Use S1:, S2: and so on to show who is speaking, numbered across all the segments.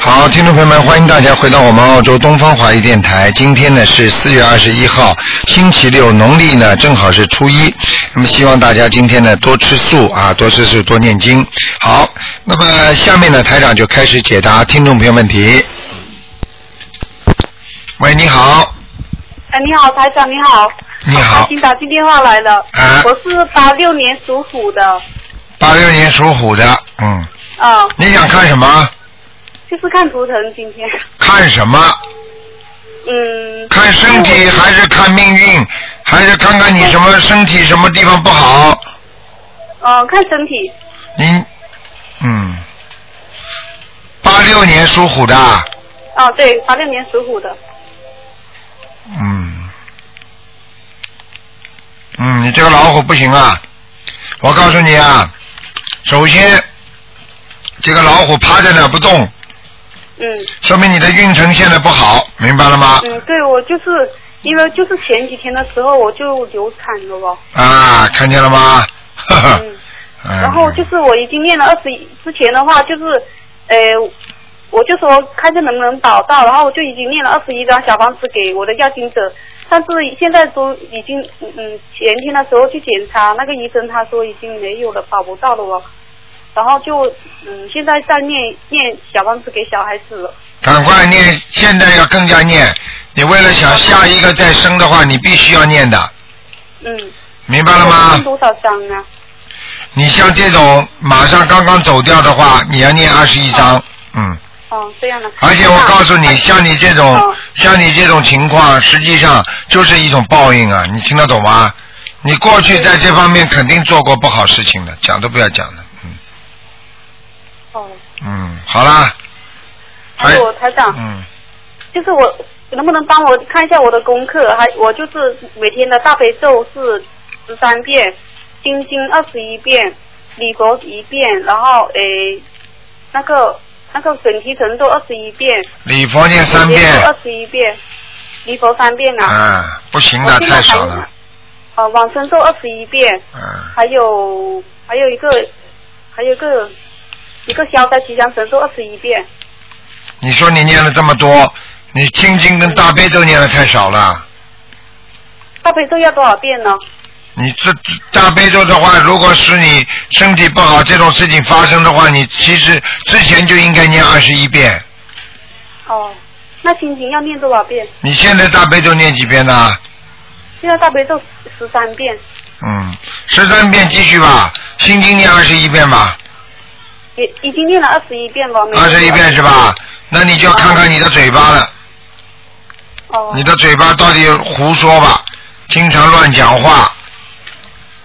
S1: 好，听众朋友们，欢迎大家回到我们澳洲东方华语电台。今天呢是四月二十一号，星期六，农历呢正好是初一。那么希望大家今天呢多吃素啊，多吃素，多念经。好，那么下面呢台长就开始解答听众朋友问题。喂，你好，
S2: 哎，你好，台长，你好。
S1: 你
S2: 好
S1: 好
S2: 开，心打进电话来了。
S1: 啊
S2: 我是八六年属虎的，
S1: 八六年属虎的，嗯，
S2: 啊，
S1: 你想看什么？
S2: 就是看图腾今天。
S1: 看什么？
S2: 嗯。
S1: 看身体还是看命运，还是看看你什么身体什么地方不好？
S2: 嗯、看身体。
S1: 您，嗯，八六年属虎的，
S2: 啊，对，八六年属虎的。
S1: 嗯，嗯，你这个老虎不行啊！我告诉你啊，首先，这个老虎趴在那儿不动，
S2: 嗯
S1: 说明你的运程现在不好，明白了吗？
S2: 嗯，对，我就是因为就是前几天的时候我就流产了哦。
S1: 啊，看见了吗？ 呵呵
S2: 嗯。
S1: 嗯
S2: 然后就是我已经念了二十一，之前的话就是，呃，我就说看这能不能保到，然后我就已经念了二十一张小房子给我的要经者，但是现在都已经，嗯嗯，前天的时候去检查，那个医生他说已经没有了，保不到了哦。然后就，嗯，现在在念念小房子给小孩子了。
S1: 赶快念，现在要更加念。你为了想下一个再生的话，你必须要念的，
S2: 嗯。
S1: 明白了吗哎
S2: 念？多少张啊？
S1: 你像这种马上刚刚走掉的话，你要念二十一章，嗯。
S2: 哦，这样的。
S1: 而且我告诉你，像你这种
S2: 哦
S1: 像你这种情况，实际上就是一种报应啊！你听得懂吗？你过去在这方面肯定做过不好事情的，讲都不要讲了，嗯
S2: 哦，
S1: 嗯，好啦，
S2: 还有台长。
S1: 嗯，
S2: 就是我能不能帮我看一下我的功课？还我就是每天的大悲咒是十三遍，心经二十一遍，礼佛一遍，然后诶那个那个准提神咒二十一遍，
S1: 礼佛念三遍，
S2: 二十一遍，礼佛三遍啊。
S1: 啊，不行
S2: 我
S1: 的，
S2: 现在
S1: 太
S2: 还
S1: 少了，
S2: 呃，往生咒二十一遍，
S1: 啊。
S2: 还有还有一个还有一个一个消灾吉祥神咒二十一遍。
S1: 你说你念了这么多，你心经跟大悲咒念的太少了。
S2: 大悲咒要多少遍呢？
S1: 你这这大悲咒的话，如果是你身体不好这种事情发生的话，你其实之前就应该念二十一遍。
S2: 哦，那心经要念多少遍？
S1: 你现在大悲咒念几遍呢？
S2: 现在大悲咒十三遍，
S1: 嗯，十三遍继续吧，心经念二十一遍吧，
S2: 也已经念了二十一遍了。
S1: 二十一遍是吧？那你就要看看你的嘴巴了，
S2: 哦
S1: 你的嘴巴到底胡说吧，经常乱讲话，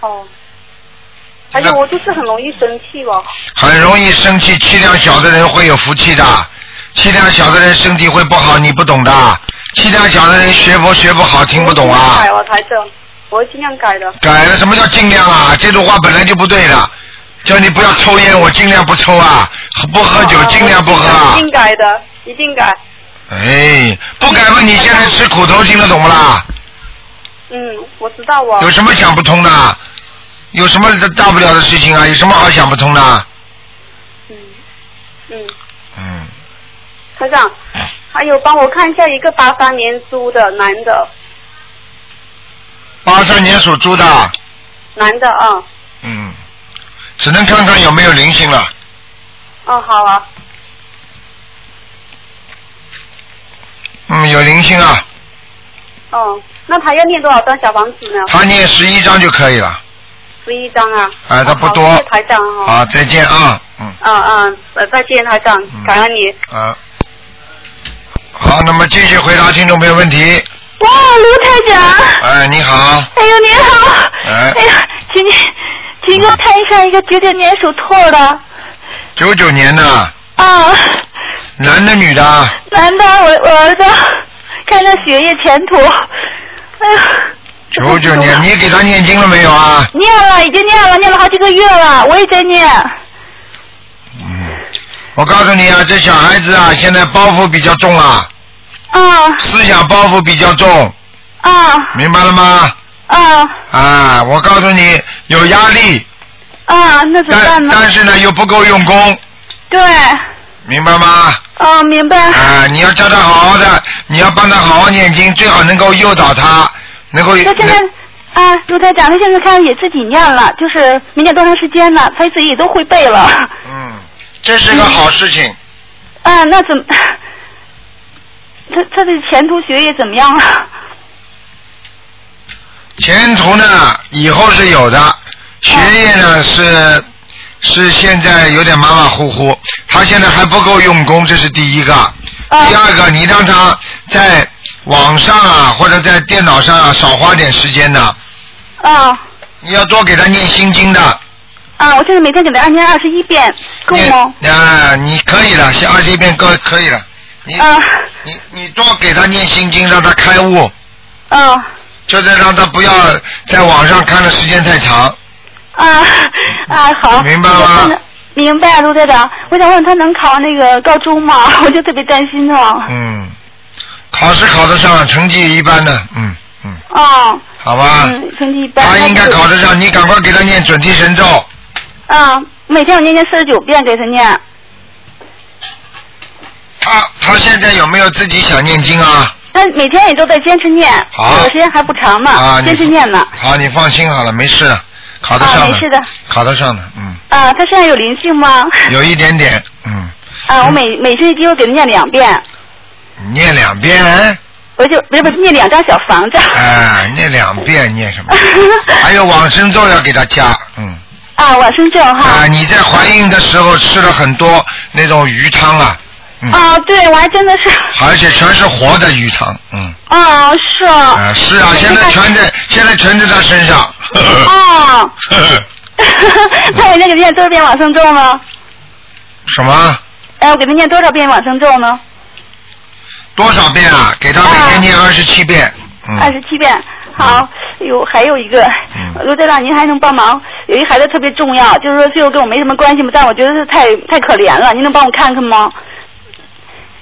S2: 哦。还有
S1: 那
S2: 我就是很容易生气哦。
S1: 很容易生气，气量小的人会有福气的，气量小的人身体会不好，你不懂的。气量小的人学佛学不好，听不懂
S2: 我会尽量
S1: 啊
S2: 改。哦，台长，我会尽量改的。
S1: 改了什么叫尽量啊？这种话本来就不对的，叫你不要抽烟，我尽量不抽啊，不喝酒
S2: 啊
S1: 尽量不喝啊
S2: 一。定改的，一定改。
S1: 哎，不改嘛，你现在吃苦头，听得懂不啦？
S2: 嗯，我知道哦
S1: 有。什么想不通的？有什么大不了的事情啊？有什么好想不通的？
S2: 嗯嗯，
S1: 嗯，
S2: 台长，还有帮我看一下一个八三年猪的男的，
S1: 八三年属猪的，
S2: 男的啊。
S1: 嗯，只能看看有没有灵性了。
S2: 哦，好啊。
S1: 嗯，有灵性啊，
S2: 哦，那他要念多少张小房子呢？
S1: 他念十一章就可以了。
S2: 十一张啊。
S1: 哎，他不多。
S2: 好谢谢台长哦。
S1: 啊，再见啊，嗯
S2: 嗯嗯，呃，再见，台长
S1: 嗯，
S2: 感恩你。
S1: 啊。好，那么继续回答听众朋友问题。
S3: 哇，卢台 长，
S1: 哎，你好，
S3: 哎呦您好，
S1: 哎
S3: 哎呀，请你，请给我看一下一个九九年属兔的，
S1: 九九年的，
S3: 啊，
S1: 男的女的，
S3: 男的，我我儿子看着学业前途，哎呀，
S1: 九九年，你给他念经了没有啊？
S3: 念了，已经念了，念了好几个月了，我也在念，
S1: 嗯，我告诉你啊，这小孩子啊，现在包袱比较重啊，
S3: 啊
S1: 思想包袱比较重，
S3: 啊
S1: 明白了吗？
S3: 啊
S1: 啊，我告诉你，有压力，
S3: 啊，那怎么
S1: 但
S3: 办呢？
S1: 但是呢又不够用功，
S3: 对，
S1: 明白吗？
S4: 啊，明白。
S1: 啊，你要教他好好的，你要帮他好好念经，最好能够诱导他，能够
S4: 他现在
S1: 能
S4: 啊，卢台长，他现在看也自己念了，就是没念多长时间呢，他自己也都会背了。
S1: 嗯，这是个好事情。
S4: 啊，那怎么？他他的前途学业怎么样啊？
S1: 前途呢，以后是有的，学业
S4: 哦
S1: 呢是是现在有点马马虎虎，他现在还不够用功，这是第一个。
S4: 哦
S1: 第二个，你让他在网上啊，或者在电脑上啊，少花点时间的，
S4: 啊
S1: 你要多给他念心经的。
S4: 啊！我现在每天给他按念二十一遍，够
S1: 念
S4: 吗？
S1: 啊，你可以了，写二十一遍够可以了。你、
S4: 啊
S1: 你你多给他念心经，让他开悟，
S4: 啊
S1: 就是让他不要在网上看的时间太长。
S4: 啊啊！好，
S1: 明白吗
S4: 我看着？明白，卢台长。我想问他能考那个高中吗？ 我就特别担心他。啊
S1: 嗯，考试考得上，成绩一般的，嗯嗯，
S4: 啊，
S1: 好吧。
S4: 嗯，成绩一般。
S1: 他应该
S4: 就
S1: 考得 上，你赶快给他念准提神咒。
S4: 啊，每天我念念四十九遍给他念。
S1: 他他现在有没有自己想念经啊？
S4: 他每天也都在坚持念，
S1: 好
S4: 有的时间还不长呢，
S1: 啊，你
S4: 坚持念呢。
S1: 好，你放心好了，没事的，考得
S4: 啊
S1: 上
S4: 没事的
S1: 考得上的，嗯，
S4: 啊，他身上有灵性吗？
S1: 有一点点，嗯，
S4: 啊，我每每星期都给他念两遍，
S1: 你念两遍，
S4: 我就不是不是念两张小 房子。
S1: 哎，念两遍念什么？还有往生咒要给他加，嗯，
S4: 啊，往生咒
S1: 啊，
S4: 哈。
S1: 你在怀孕的时候吃了很多那种鱼汤啊，嗯，
S4: 啊，对，我还真的是，
S1: 而且全是活的鱼汤，嗯，
S4: 啊，是。
S1: 啊，是啊，
S4: 我
S1: 现在
S4: 看
S1: 全在现在全在他身上，呵呵
S4: 啊，
S1: 呵呵
S4: 那我应该给他念多少遍往生咒呢？
S1: 什么？
S4: 哎，我给他念多少遍往生咒呢？
S1: 多少遍啊？给他每天念二十七遍。嗯。
S4: 二十七遍。好，有还有一个
S1: 嗯，
S4: 卢队长，您还能帮忙？有一孩子特别重要，就是说虽然跟我没什么关系嘛，但我觉得是太太可怜了，您能帮我看看吗？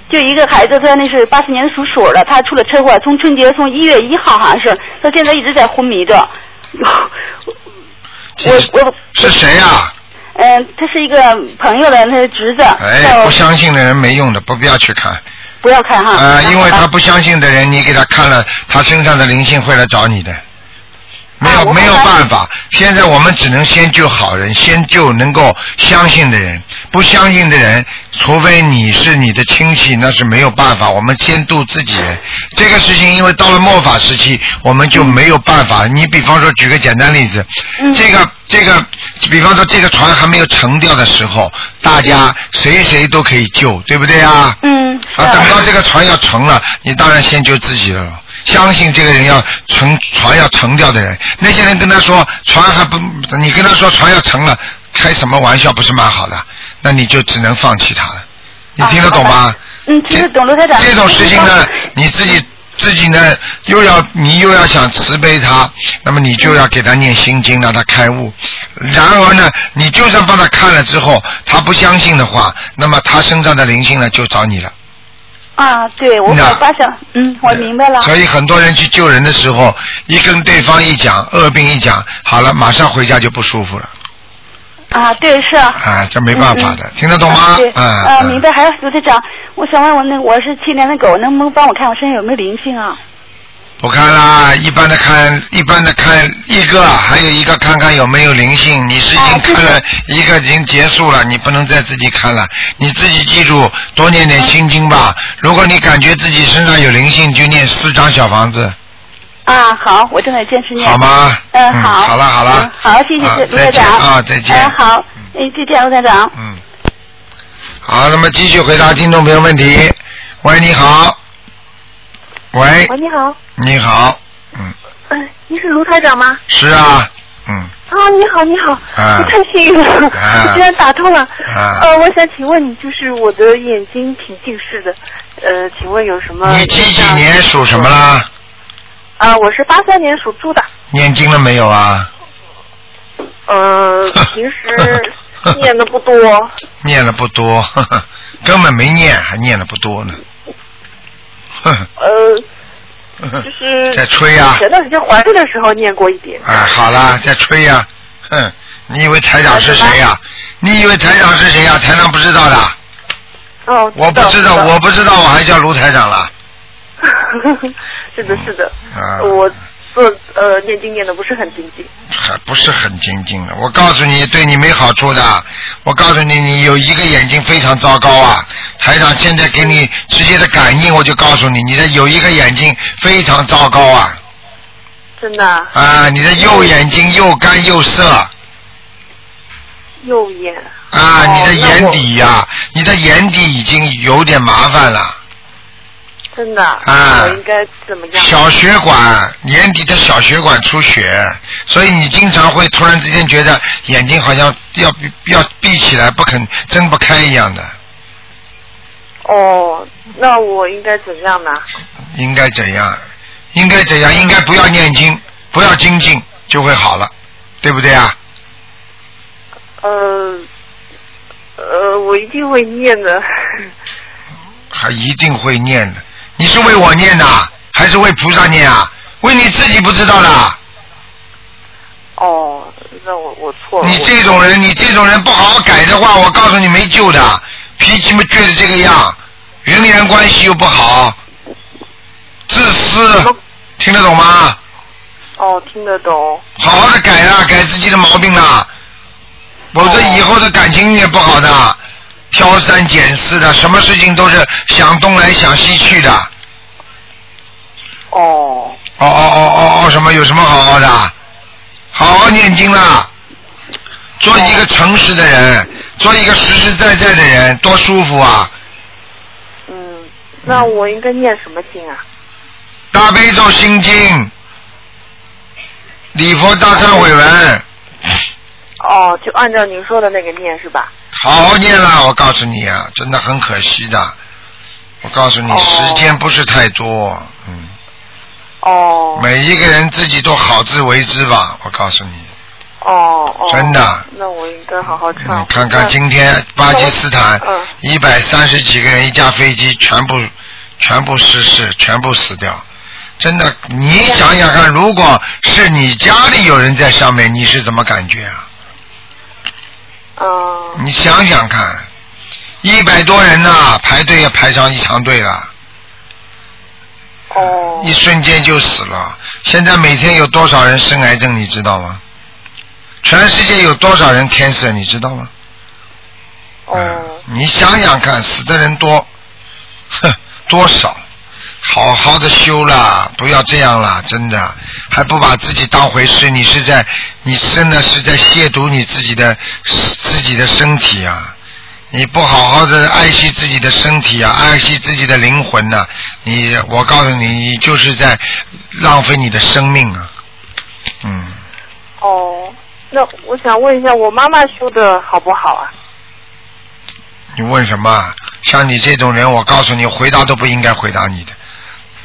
S4: 就一个孩子，他那是八四年属鼠的，他出了车祸，从春节从一月一号好像是，他现在一直在昏迷着。我我
S1: 是谁啊？
S4: 嗯、他是一个朋友的，他的侄子。
S1: 哎，
S4: 但
S1: 不
S4: 我
S1: 相信的人没用的，不必要去看。
S4: 不要看哈。
S1: 啊，因为他
S4: 好吧
S1: 不相信的人，你给他看了，他身上的灵性会来找你的。没
S4: 啊
S1: 有
S4: 我
S1: 没有
S4: 看看
S1: 办法，现在我们只能先救好人，先救能够相信的人。不相信的人，除非你是你的亲戚，那是没有办法。我们先度自己人。这个事情，因为到了末法时期，我们就没有办法。你比方说，举个简单例子，
S4: 嗯
S1: 这个这个，比方说这个船还没有沉掉的时候，大家谁谁都可以救，对不对啊？
S4: 嗯，
S1: 啊，
S4: 是
S1: 等到这个船要沉了，你当然先救自己了咯。相信这个人要沉船要沉掉的人，那些人跟他说船还不，你跟他说船要沉了，开什么玩笑不是蛮好的？那你就只能放弃他了。你听得懂吗？
S4: 啊嗯，听得懂，卢台长。
S1: 这种事情
S4: 您
S1: 呢
S4: 帮，
S1: 你自己自己呢，又要你又要想慈悲他，那么你就要给他念心经，让他开悟。然而呢，你就算帮他看了之后，他不相信的话，那么他身上的灵性呢就找你了。
S4: 啊，对，我
S1: 那
S4: 我发现，嗯，我明白了。
S1: 所以很多人去救人的时候，一跟对方一讲，恶病一讲，好了，马上回家就不舒服了
S4: 啊，对，是啊。
S1: 啊，这没办法的，听得懂
S4: 啊
S1: 吗
S4: 对，？
S1: 啊
S4: 啊，明。白。还有刘队长，我想问我那我是去年的狗，能不能帮我看我身上有没有灵性啊？
S1: 我看啦，一般的看，一般的看一个，还有一个看看有没有灵性。你是已
S4: 啊
S1: 经
S4: 对
S1: 看了一个已经结束了，你不能再自己看了，你自己记住多念点心经吧。
S4: 嗯
S1: 如果你感觉自己身上有灵性，就念四张小房子，
S4: 啊，好，我正在坚持念。
S1: 好？吗？
S4: 嗯，好。
S1: 好了好了
S4: 嗯。好，谢谢
S1: 啊
S4: 谢卢
S1: 再
S4: 队
S1: 见
S4: 长。
S1: 啊，再见。
S4: 嗯，好，哎，再见，卢队长。
S1: 嗯。好，那么继续回答听众朋友问题。喂，你好。喂，
S5: 喂，你好，
S1: 你好。嗯，
S5: 嗯、你是卢台长吗？
S1: 是啊，嗯。
S5: 啊，你好，你好，
S1: 啊
S5: 我太幸运了，
S1: 啊
S5: 我居然打通了。
S1: 啊
S5: 呃，我想请问你，就是我的眼睛挺近视的，呃，请问有什么？
S1: 你几几年属什么？啦？
S5: 啊、我是八三年属猪的，
S1: 念经了没有啊？
S5: 呃，平时念的不多，
S1: 念了不多， 呵呵根本没念，还念了不多呢。 呵呵
S5: 呃，
S1: 呵呵
S5: 就是
S1: 在吹啊呀、
S5: 前段时间怀孕的时候念过一点。
S1: 啊，好啦，在吹呀、 哼，你以为台长是谁呀、你以为台长是谁呀、台长不知道的。
S5: 哦，
S1: 我不知道，我不知道，我还叫卢台长了。
S5: 是的，是的，
S1: 啊
S5: 我做呃念经念的不是很精进。
S1: 还不是很精进的。我告诉你，对你没好处的。我告诉你，你有一个眼睛非常糟糕啊！台长现在给你直接的感应，我就告诉你，你的有一个眼睛非常糟糕啊！
S5: 真的啊、
S1: 啊，你的右眼睛又干又涩
S5: 右眼
S1: 啊，你的
S5: 哦那
S1: 眼
S5: 我
S1: 底呀、你的眼底已经有点麻烦了，
S5: 真的啊
S1: 啊
S5: 我应该怎么样？
S1: 小血管眼底的小血管出血，所以你经常会突然之间觉得眼睛好像要闭要闭起来，不肯睁不开一样的。
S5: 哦，那我应该怎么样呢？
S1: 应该怎样？应该怎样？应该不要念经，不要精进，就会好了，对不对啊？
S5: 呃呃，我一定会念的。
S1: 还一定会念的。你是为我念的，啊还是为菩萨念啊？为你自己不知道啊啦。
S5: 哦，那我我错了。
S1: 你这种人，你这种人不好好改的话，我告诉你没救的。啊脾气嘛倔的这个样，人缘关系又不好，自私，听得懂吗？
S5: 我哦听得懂。
S1: 好好的改啦，改自己的毛病啦，否则以后的感情也不好的，挑三拣四的，什么事情都是想东来想西去的。
S5: 哦
S1: 哦哦哦哦哦，什么有什么好好的？好好念经啦，做一个诚实的人，做一个实实在在的人，多舒服啊！
S5: 嗯，那我应该念什么经啊？
S1: 大悲咒心经，礼佛大忏悔文，
S5: 哦，就按照您说的那个念是吧？
S1: 好好念啦！我告诉你啊，真的很可惜的。我告诉你，
S5: 哦
S1: 时间不是太多，嗯，
S5: 哦
S1: 每一个人自己都好自为之吧。我告诉你，
S5: 哦哦，
S1: 真的
S5: 那我应该好好唱。
S1: 你看看
S5: 那
S1: 今天巴基斯坦
S5: 嗯
S1: 一百三十几个人一架飞机全部全部失事，全部死掉。真的，你想想看，如果是你家里有人在上面，你是怎么感觉啊？
S5: 嗯，
S1: 你想想看，一百多人呐、排队也排上一长队了。
S5: 哦
S1: 一瞬间就死了。现在每天有多少人生癌症，你知道吗？全世界有多少人 cancer，你知道吗？嗯
S5: 哦，
S1: 你想想看，死的人多，哼，多少？好好的修啦，不要这样啦，真的，还不把自己当回事，你是在，你真的是在亵渎你自己的自己的身体啊！你不好好的爱惜自己的身体啊，爱惜自己的灵魂呐、你我告诉你，你就是在浪费你的生命啊！嗯，
S5: 哦，那我想问一下，我妈妈修的好不好啊？
S1: 你问什么啊？像你这种人，我告诉你，回答都不应该回答你的，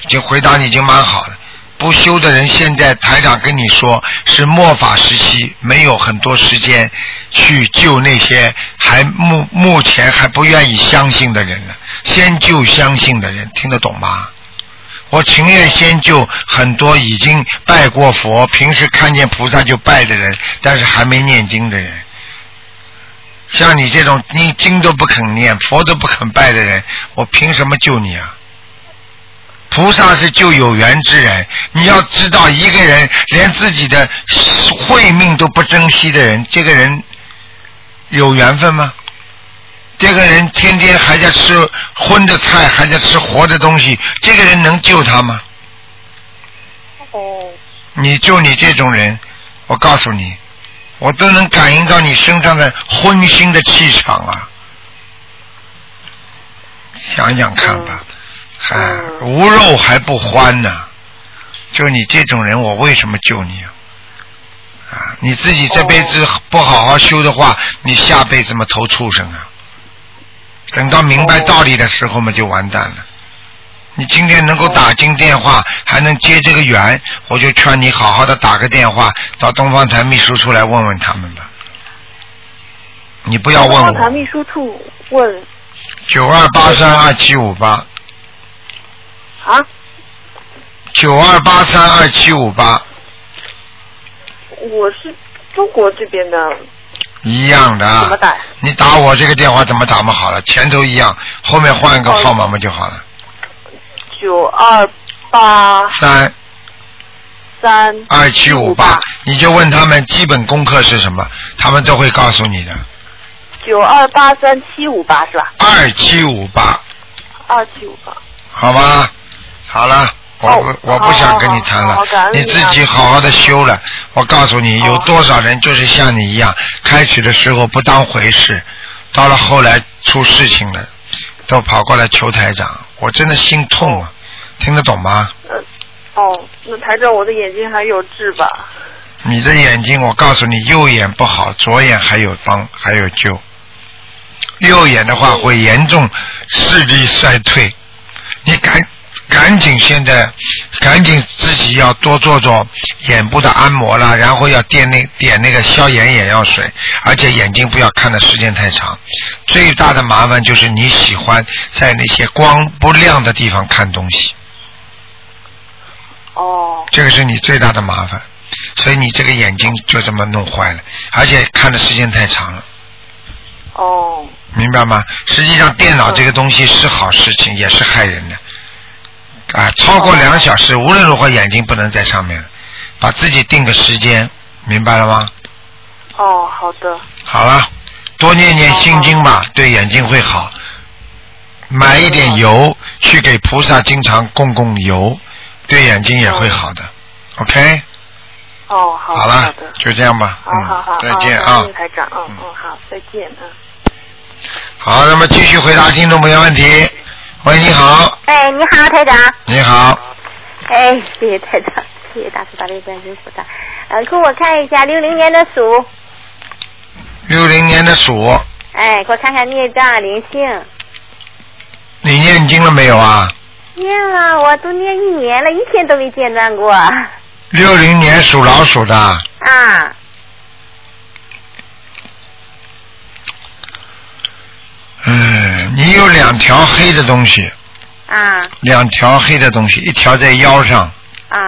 S1: 已经回答你已经蛮好了。不修的人，现在台长跟你说是末法时期，没有很多时间去救那些还目目前还不愿意相信的人了。先救相信的人，听得懂吗？我情愿先救很多已经拜过佛、平时看见菩萨就拜的人，但是还没念经的人。像你这种你经都不肯念、佛都不肯拜的人，我凭什么救你啊？菩萨是救有缘之人，你要知道，一个人连自己的慧命都不珍惜的人，这个人有缘分吗？这个人天天还在吃荤的菜，还在吃活的东西，这个人能救他吗？
S5: 哦，
S1: 你就你这种人，我告诉你，我都能感应到你身上的荤腥的气场啊！想想看吧，还、
S5: 嗯
S1: 无肉还不欢呢、就你这种人，我为什么救你啊？啊，你自己这辈子不好好修的话，你下辈子嘛投畜生啊！等到明白道理的时候嘛，就完蛋了。你今天能够打进电话，还能接这个缘，我就劝你好好的打个电话到东方台秘书处来问问他们吧。你不要问
S5: 我妈妈谈
S1: 我，
S5: 秘书处问
S1: 九二八三二七五八，
S5: 啊，
S1: 九二八三二七五八，
S5: 我是中国这边的，
S1: 一样的。啊
S5: 怎么打？
S1: 你打我这个电话怎么打嘛？好了，前头一样，后面换一个号码嘛就好了。
S5: 九二八
S1: 三
S5: 三
S1: 二七五八，你就问他们基本功课是什么，他们都会告诉你的。
S5: 九二八三七五八是吧？
S1: 二七五八，啊
S5: 二七五八。
S1: 好吧？好了。我不、
S5: 哦
S1: 我不想跟你谈了，
S5: 好好好感恩
S1: 你
S5: 你
S1: 自
S5: 啊哦
S1: 己好好的修了。我告诉你，有多少人就是像你一样，开始的时候不当回事，到了后来出事情了，都跑过来求台长，我真的心痛啊！听得懂吗？
S5: 呃，哦，那台长，我的眼睛还有痣吧？
S1: 你的眼睛，我告诉你，右眼不好，左眼还有帮还有救。右眼的话会严重视力衰退，你赶赶紧现在赶紧自己要多做做眼部的按摩啦，然后要点那点那个消炎眼药水，而且眼睛不要看的时间太长。最大的麻烦就是你喜欢在那些光不亮的地方看东西。
S5: 哦，
S1: 这个是你最大的麻烦，所以你这个眼睛就这么弄坏了，而且看的时间太长了，
S5: 哦，
S1: 明白吗？实际上，电脑这个东西是好事情，也是害人的。啊，超过两个小时，无论如何眼睛不能在上面了，把自己定个时间，明白了吗？
S5: 哦，好的，
S1: 好了，多念念心经吧，对眼睛会好。买一点油去给菩萨经常供供油，对眼睛也会好的。OK，
S5: 哦，好
S1: 好
S5: 的，
S1: 了
S5: 好的，，
S1: 就这样吧。
S5: 好好好
S1: 嗯，，再
S5: 好
S1: 见
S5: 感
S1: 啊
S5: 恩。台长，嗯
S1: 嗯
S5: 嗯，好，再见，嗯。
S1: 好，那么继续回答听众朋友问题。喂，你好，
S6: 哎，你好，台长。
S1: 你好，
S6: 哎，谢谢台长，谢谢大慈大悲观世音菩萨。呃，给我看一下六零年的鼠，
S1: 六零年的鼠，
S6: 哎，给我看看孽障灵性。
S1: 你念经了没有啊？
S6: 念了，我都念一年了，一天都没间断过。啊，
S1: 六零年属老鼠的，嗯，你有两条黑的东西，
S6: 啊
S1: 两条黑的东西，一条在腰上，
S6: 啊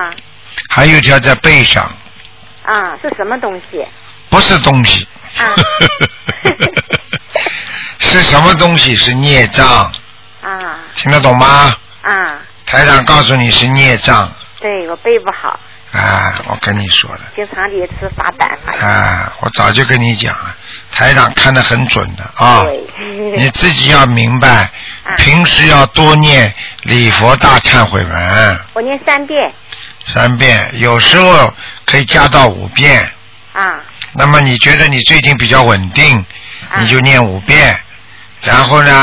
S1: 还有一条在背上，
S6: 啊！是什么东西？
S1: 不是东西。
S6: 啊
S1: 是什么东西？是孽障，
S6: 啊
S1: 听得懂吗？
S6: 啊！
S1: 台长告诉你是孽障，
S6: 对我背不好，
S1: 啊，我跟你说的。
S6: 经常得吃罚板罚。
S1: 啊，我早就跟你讲了，台长看得很准的啊。
S6: 对
S1: 你自己要明白，
S6: 啊
S1: 平时要多念礼佛大忏悔文
S6: 我念三遍
S1: 三遍，有时候可以加到五遍。
S6: 啊
S1: 那么你觉得你最近比较稳定，
S6: 啊
S1: 你就念五遍，然后呢，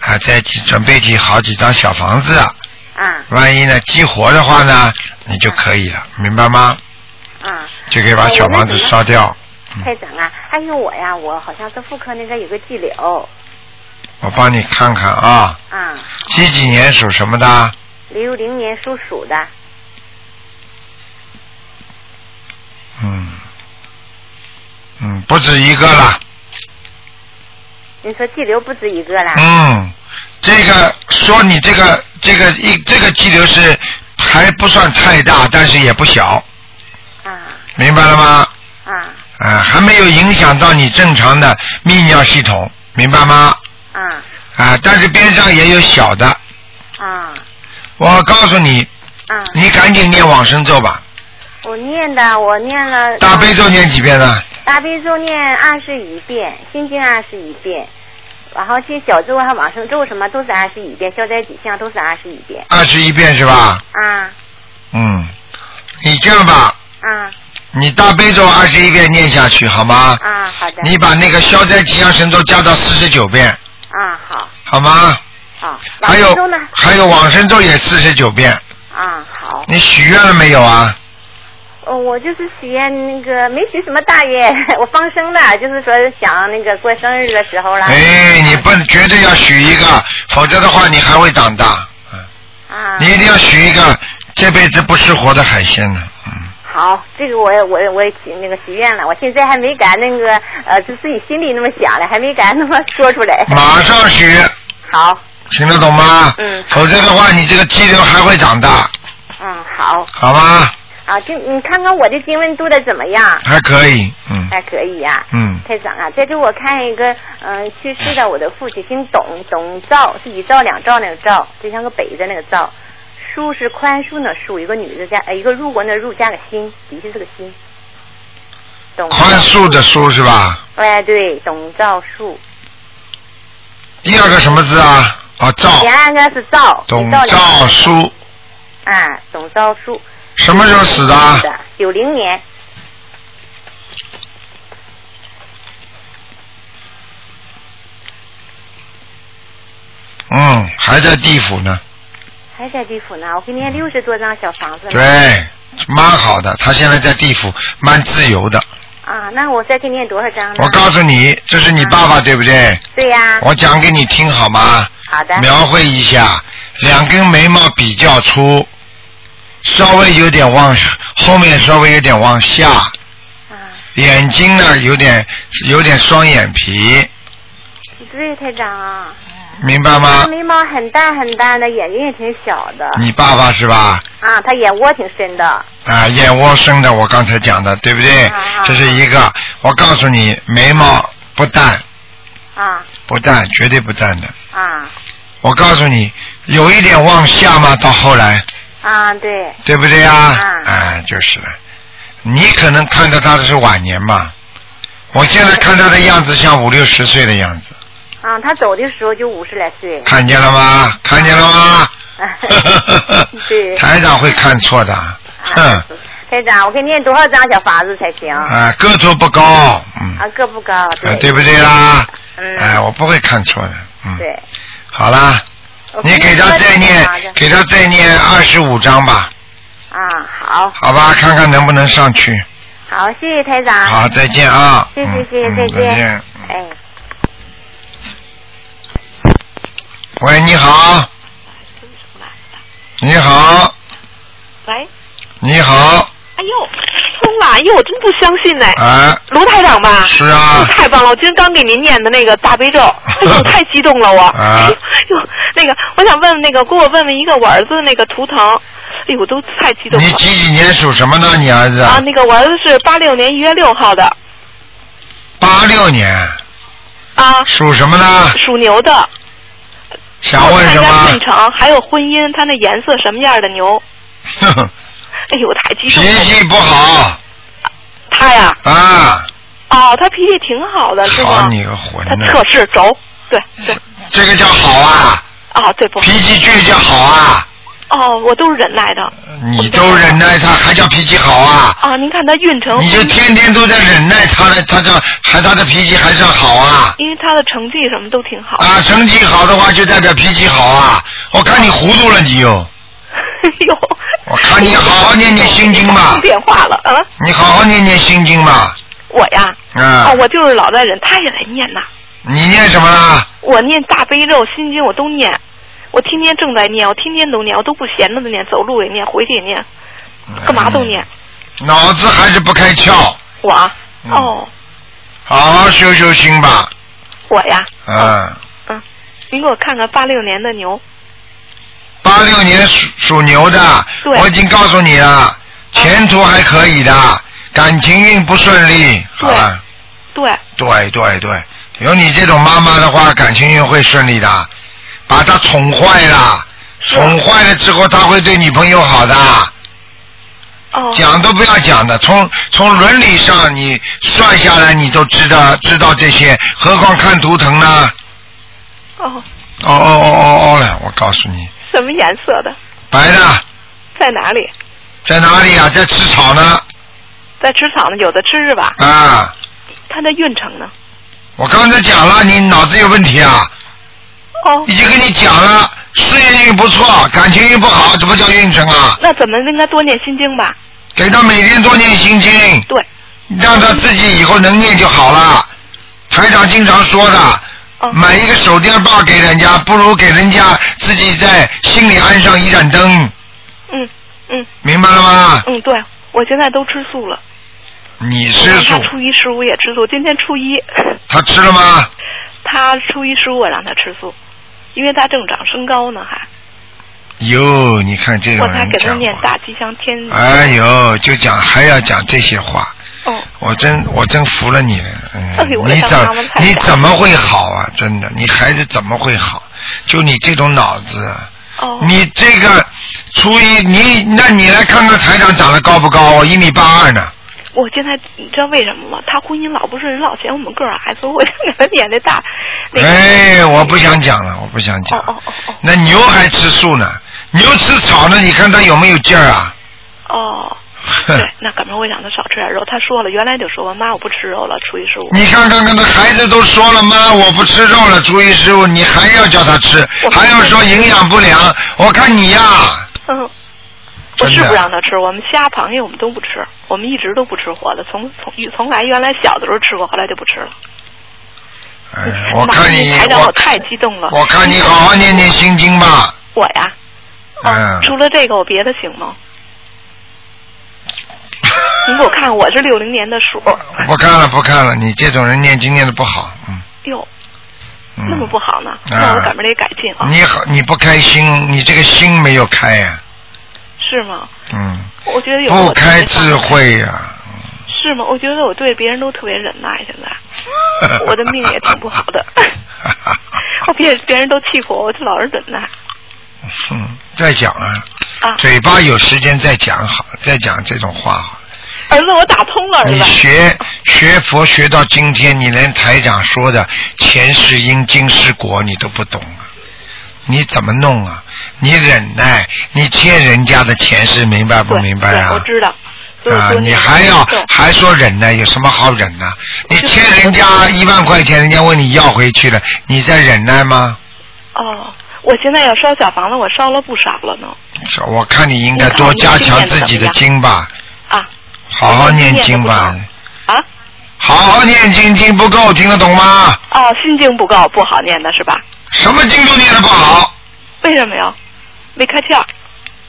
S1: 啊，再起准备起好几张小房子，
S6: 啊
S1: 万一呢激活的话呢，你就可以了，明白吗？
S6: 啊！
S1: 就可以把
S6: 哎
S1: 小
S6: 我那
S1: 房子
S6: 什么
S1: 烧掉。
S6: 台长啊，还有我呀，我好像是妇科那边有个肌瘤
S1: 我帮你看看啊。
S6: 啊，
S1: 几几年属什么的？
S6: 六零年属鼠的
S1: 嗯，嗯，不止一个了。
S6: 你说肌瘤不止一个啦？
S1: 嗯，这个说你这个这个一这个肌瘤是还不算太大，但是也不小，
S6: 啊
S1: 明白了吗？
S6: 啊
S1: 啊，还没有影响到你正常的泌尿系统，明白吗？
S6: 啊
S1: 啊，但是边上也有小的。
S6: 啊
S1: 我告诉你，
S6: 啊！
S1: 你赶紧念往生咒吧。
S6: 我念的，我念了
S1: 大悲咒念几遍呢？
S6: 大悲咒念二十一遍，心经二十一遍，然后这小咒还有往生咒什么都是二十一遍，消灾吉祥都是二十一遍
S1: 二十一遍是吧？
S6: 啊
S1: 嗯，你这样吧，
S6: 啊
S1: 你大悲咒二十一遍念下去好吗？
S6: 啊！好的
S1: 你把那个消灾吉祥神咒加到四十九遍，
S6: 啊好
S1: 好吗？
S6: 啊，往
S1: 还有
S6: 生咒呢
S1: 还有往生咒也四十九遍，
S6: 啊好。
S1: 你许愿了没有啊？
S6: 哦，我就是许愿那个没许什么大愿， 我放生的，就是说想那个过生日的时候啦。
S1: 哎，你不绝对要许一个，否则的话你还会长大。嗯
S6: 啊，
S1: 你一定要许一个这辈子不吃活的海鲜呢。嗯，
S6: 好，这个我我我许那个许愿了，我现在还没敢那个呃，就自己心里那么想了，还没敢那么说出来。
S1: 马上许，
S6: 好，
S1: 听得懂吗？
S6: 嗯
S1: 否则的话，你这个肌瘤还会长大，
S6: 嗯，好，
S1: 好吗？
S6: 啊，就你看看我的经文读的怎么样？
S1: 还可以，嗯
S6: 还可以呀、
S1: 嗯，
S6: 太长啊！再给我看一个，嗯、去世的我的父亲姓董，董兆是一兆两兆那个兆，就像个北字那个兆。恕是宽恕呢恕，一个女字加呃一个入国呢入加个心，的确是个心。董兆
S1: 宽恕的恕是吧？
S6: 哎对，董兆恕，
S1: 第二个什么字啊？啊，赵，
S6: 前二个是兆，
S1: 董
S6: 一兆两
S1: 赵
S6: 兆
S1: 书，
S6: 啊，董兆恕。
S1: 什么时候死的啊？
S6: 的？九零年，
S1: 嗯，还在地府呢。
S6: 还在地府呢。我给你六十多张小房子呢。
S1: 对，蛮好的，他现在在地府，蛮自由的。
S6: 啊，那我再给你念多少张呢？
S1: 我告诉你，这是你爸爸对不对？
S6: 对呀、
S1: 我讲给你听好吗？
S6: 嗯好的，
S1: 描绘一下，两根眉毛比较粗，稍微有点往后面稍微有点往下，
S6: 啊，
S1: 眼睛呢有点有点双眼皮，
S6: 对，台长啊，
S1: 明白
S6: 他
S1: 吗？嗯
S6: 眉毛很淡很淡的，眼睛也挺小的，
S1: 你爸爸是吧？
S6: 啊，他眼窝挺深的，
S1: 啊，燕窝生的，我刚才讲的，对不对
S6: 啊啊？
S1: 这是一个，我告诉你，眉毛不淡，
S6: 啊
S1: 不淡，绝对不淡的。
S6: 啊
S1: 我告诉你，有一点往下嘛，到后来，
S6: 啊，对，
S1: 对不对呀？
S6: 啊
S1: 哎，就是了。你可能看到他的是晚年嘛，我现在看他的样子像五六十岁的样子，
S6: 啊，他走的时候就五十来岁，
S1: 看见了吗？看见了吗？
S6: 对
S1: 台长会看错的，哼
S6: 啊，，台长，我给你念多少张小房子才行？啊，
S1: 啊，个头不高，嗯，
S6: 个不高，
S1: 啊
S6: 对，
S1: 对不对啦？
S6: 嗯
S1: 哎，我不会看错的，嗯，
S6: 对，
S1: 好啦，
S6: 我
S1: 你给他再念，给他再念二十五章吧，
S6: 啊，好，
S1: 好吧，看看能不能上去。
S6: 好，谢谢台长，
S1: 好，再见啊！
S6: 谢谢
S1: 嗯
S6: 谢谢
S1: 嗯
S6: 再见
S1: 再见。
S6: 哎，
S1: 喂，你好，你好，
S7: 喂，
S1: 你好，
S7: 哎呦，通了！哎呦，我真不相信哎，
S1: 哎，
S7: 卢台长吧？
S1: 是
S7: 哎呦
S1: 啊，
S7: 太棒了！我今天刚给您念的那个大悲 咒，哎呦，太激动了我。
S1: 啊
S7: 哎呦，那个，我想问那个，给我问问一个我儿子那个图腾，哎呦，我都太激动
S1: 你
S7: 了。
S1: 几几年属什么呢？你儿子？
S7: 啊，那个我儿子是八六年一月六号的
S1: 八六年，
S7: 啊，
S1: 属什么呢？
S7: 属牛的。
S1: 想问什
S7: 看他运
S1: 么？
S7: 程，还有婚姻，他那颜色什么样的牛？
S1: 哼哼
S7: 哎呦，我太激
S1: 脾
S7: 动了。啊
S1: 气不好
S7: 他呀，
S1: 啊！
S7: 哦，他脾气挺好的，是
S1: 好
S7: 吗？
S1: 你个混
S7: 他
S1: 的
S7: 测，试轴，对对，
S1: 这个叫好啊，
S7: 哦，对不？
S1: 脾气倔叫好啊，
S7: 哦，我都是忍耐的。
S1: 你都忍耐他，还叫脾气好啊？
S7: 啊，您看他运程，
S1: 你就天天都在忍耐他了，他叫还他的脾气还算好啊？
S7: 因为他的成绩什么都挺好。
S1: 啊，成绩好的话就代表脾气好啊！我看你糊涂了你哟，
S7: 哎呦，
S1: 我看你好好念念心经吧，
S7: 变化了啊！
S1: 你好好念念心经吧，
S7: 我呀，
S1: 啊
S7: 哦，，我就是老在忍，他也来念呐。
S1: 你念什么啊啦？
S7: 我念大悲咒、心经，我都念。我天天正在念，我天天都念，我都不闲着的念，走路也念，回去也念，干嘛都念。
S1: 嗯，脑子还是不开窍，
S7: 我啊，
S1: 嗯
S7: 哦，
S1: 好好修修心吧，
S7: 我呀，哦
S1: 啊，
S7: 您给我看看八六年的牛，
S1: 八六年属属牛的，
S7: 对
S1: 我已经告诉你了，前途还可以的，感情运不顺利，好了，
S7: 对，
S1: 对对对，有你这种妈妈的话，感情运会顺利的。把她宠坏了，宠坏了之后，她会对女朋友好的，
S7: 哦，
S1: 讲都不要讲的。从从伦理上你算下来，你都知道知道这些，何况看图腾呢？
S7: 哦，
S1: 哦哦哦哦哦了，我告诉你，
S7: 什么颜色的，
S1: 白的
S7: 在哪里？
S1: 在哪里啊？在吃草呢
S7: 在职场呢，有的吃是吧？
S1: 啊！
S7: 看他运程呢。
S1: 我刚才讲了，你脑子有问题啊！
S7: 哦
S1: 已，经跟你讲了，事业运不错，感情运不好，怎么叫运程啊？
S7: 那怎么应该多念心经吧？
S1: 给他每天多念心经，
S7: 对，
S1: 让他自己以后能念就好了。台长经常说的，
S7: 哦，
S1: 买一个手电棒给人家，不如给人家自己在心里安上一盏灯，
S7: 嗯嗯
S1: 明白了吗？
S7: 嗯，对，我现在都吃素了。
S1: 你吃
S7: 我
S1: 素
S7: 让他，初一十五也吃素，今天初一，
S1: 他吃了吗？
S7: 他初一十五我让他吃素，因为他正长身高呢还。
S1: 哟，你看这
S7: 我
S1: 种
S7: 才
S1: 人
S7: 给他
S1: 哎讲
S7: 念
S1: 话，
S7: 大吉祥天女。
S1: 哎呦，就讲还要讲这些话，
S7: 哦，
S1: 我真我真服了你了，
S7: 哎
S1: 嗯
S7: 呦，我
S1: 你
S7: 当
S1: 怎
S7: 妈妈太
S1: 你
S7: 傻
S1: 怎么会好啊？真的，你孩子怎么会好？就你这种脑子啊，
S7: 哦，
S1: 你这个初一你那你来看看台长长得高不高？啊我一米八二呢。
S7: 我现在你知道为什么吗？他婚姻老不顺，老嫌我们个儿矮，所以我就给他念的大。那个、
S1: 哎，我不想讲了，我不想讲。
S7: 哦哦哦哦
S1: 那牛还吃素呢，牛吃草呢，你看它有没有劲儿啊？
S7: 哦，
S1: 哼
S7: 对，那赶明儿我也让他少吃点肉。他说了，原来就说我妈我不吃肉了，初一十五。
S1: 你看看看，这孩子都说了妈，我不吃肉了，初一十五你还要叫他吃，
S7: 我
S1: 还要说营养不良，我看你呀、
S7: 嗯。我
S1: 真
S7: 是
S1: 的啊
S7: 不让他吃，我们虾、螃蟹我们都不吃，我们一直都不吃活的，从从从来原来小的时候吃过，后来就不吃了。
S1: 哎，我看你
S7: 台长，
S1: 我
S7: 我太激动了。
S1: 我看你好好念念心经吧，
S7: 我呀，哦
S1: 嗯
S7: 除了这个我别的行 吗？你给我看，我是六零年的鼠，
S1: 不看了不看了，你这种人念经念的不好，嗯
S7: 哟，
S1: 嗯。
S7: 那么不好呢？那我赶明儿得改进啊，
S1: 你好，你不开心，你这个心没有开呀、
S7: 是吗？
S1: 嗯，
S7: 我觉得有
S1: 不
S7: 哎我特别
S1: 开
S7: 伤
S1: 智
S7: 感
S1: 慧呀、
S7: 是吗？我觉得我对别人都特别忍耐，现在 我的命也挺不好的，我别别人都气我，我就老是忍耐
S1: 嗯，再讲啊，
S7: 啊。
S1: 嘴巴有时间再讲好，再讲这种话好。
S7: 儿子，我打通了，儿
S1: 你
S7: 子。
S1: 学学佛学到今天，你连台长说的前世因今世果你都不懂啊！你怎么弄啊？你忍耐，你欠人家的钱是明白不
S7: 对
S1: 明白
S7: 对
S1: 啊
S7: 我？知道。所以我
S1: 啊
S7: 说，那
S1: 你
S7: 个
S1: 还要
S7: 对
S1: 还说忍耐，有什么好忍呢？你
S7: 就是
S1: 欠人家一万块钱，人家问你要回去了，你在忍耐吗？
S7: 哦，我现在要烧小房子，我烧了不少了呢
S1: 我看你应该多加强自己的经吧，
S7: 啊
S1: 好好念经吧，
S7: 啊
S1: 好好念经，经不够，听得懂吗？
S7: 哦，心经不够，不好念的是吧？
S1: 什么经都念得不好，
S7: 为什么呀？没开窍。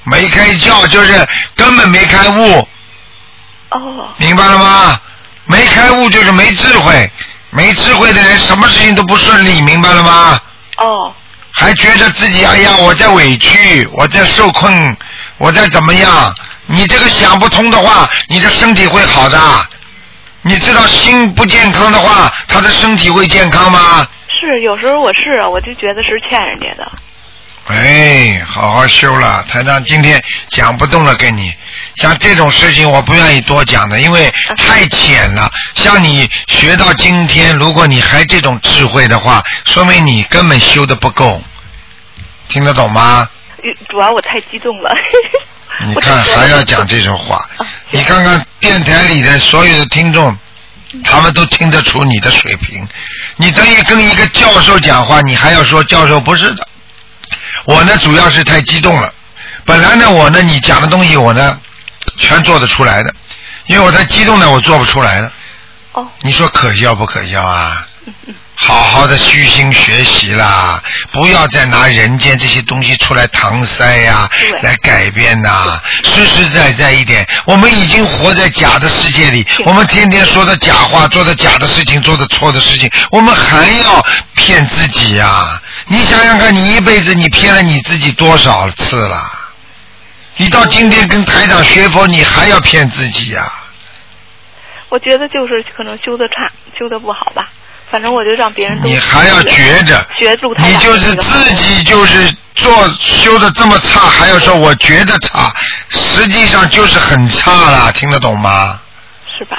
S1: 没开窍就是根本没开悟，
S7: 哦
S1: 明白了吗？没开悟就是没智慧，没智慧的人什么事情都不顺利，明白了吗？
S7: 哦
S1: 还觉得自己哎呀，我在委屈，我在受困，我在怎么样？你这个想不通的话，你的身体会好的。你知道心不健康的话，他的身体会健康吗？
S7: 是有时候我是啊，我就觉得是欠人家的。
S1: 哎，好好修了，台长今天讲不动了，给你。像这种事情，我不愿意多讲的，因为太浅了。像你学到今天，如果你还这种智慧的话，说明你根本修的不够。听得懂吗？
S7: 主要我太激动了。
S1: 你
S7: 我就
S1: 看
S7: 觉得
S1: 还要讲这种话，你看看电台里的所有的听众，他们都听得出你的水平。你等于跟一个教授讲话，你还要说教授不是的。我呢，主要是太激动了。本来呢，我呢，你讲的东西我呢，全做得出来的，因为我太激动了，我做不出来了。
S7: 哦，
S1: 你说可笑不可笑啊？好好的虚心学习啦，不要再拿人间这些东西出来搪塞呀、
S7: 对
S1: 来改变呐、实实在在一点。我们已经活在假的世界里，我们天天说的假话，做的假的事情，做的错的事情，我们还要骗自己呀、你想想看，你一辈子你骗了你自己多少次了？你到今天跟台长学佛，你还要骗自己呀、
S7: 我觉得就是可能修的差，修的不好吧。反正我就让别人都
S1: 你还要觉着，
S7: 学路太
S1: 你
S7: 远
S1: 就是自己就是做修的这么差，还要说我觉得差，实际上就是很差了，听得懂吗？
S7: 是吧？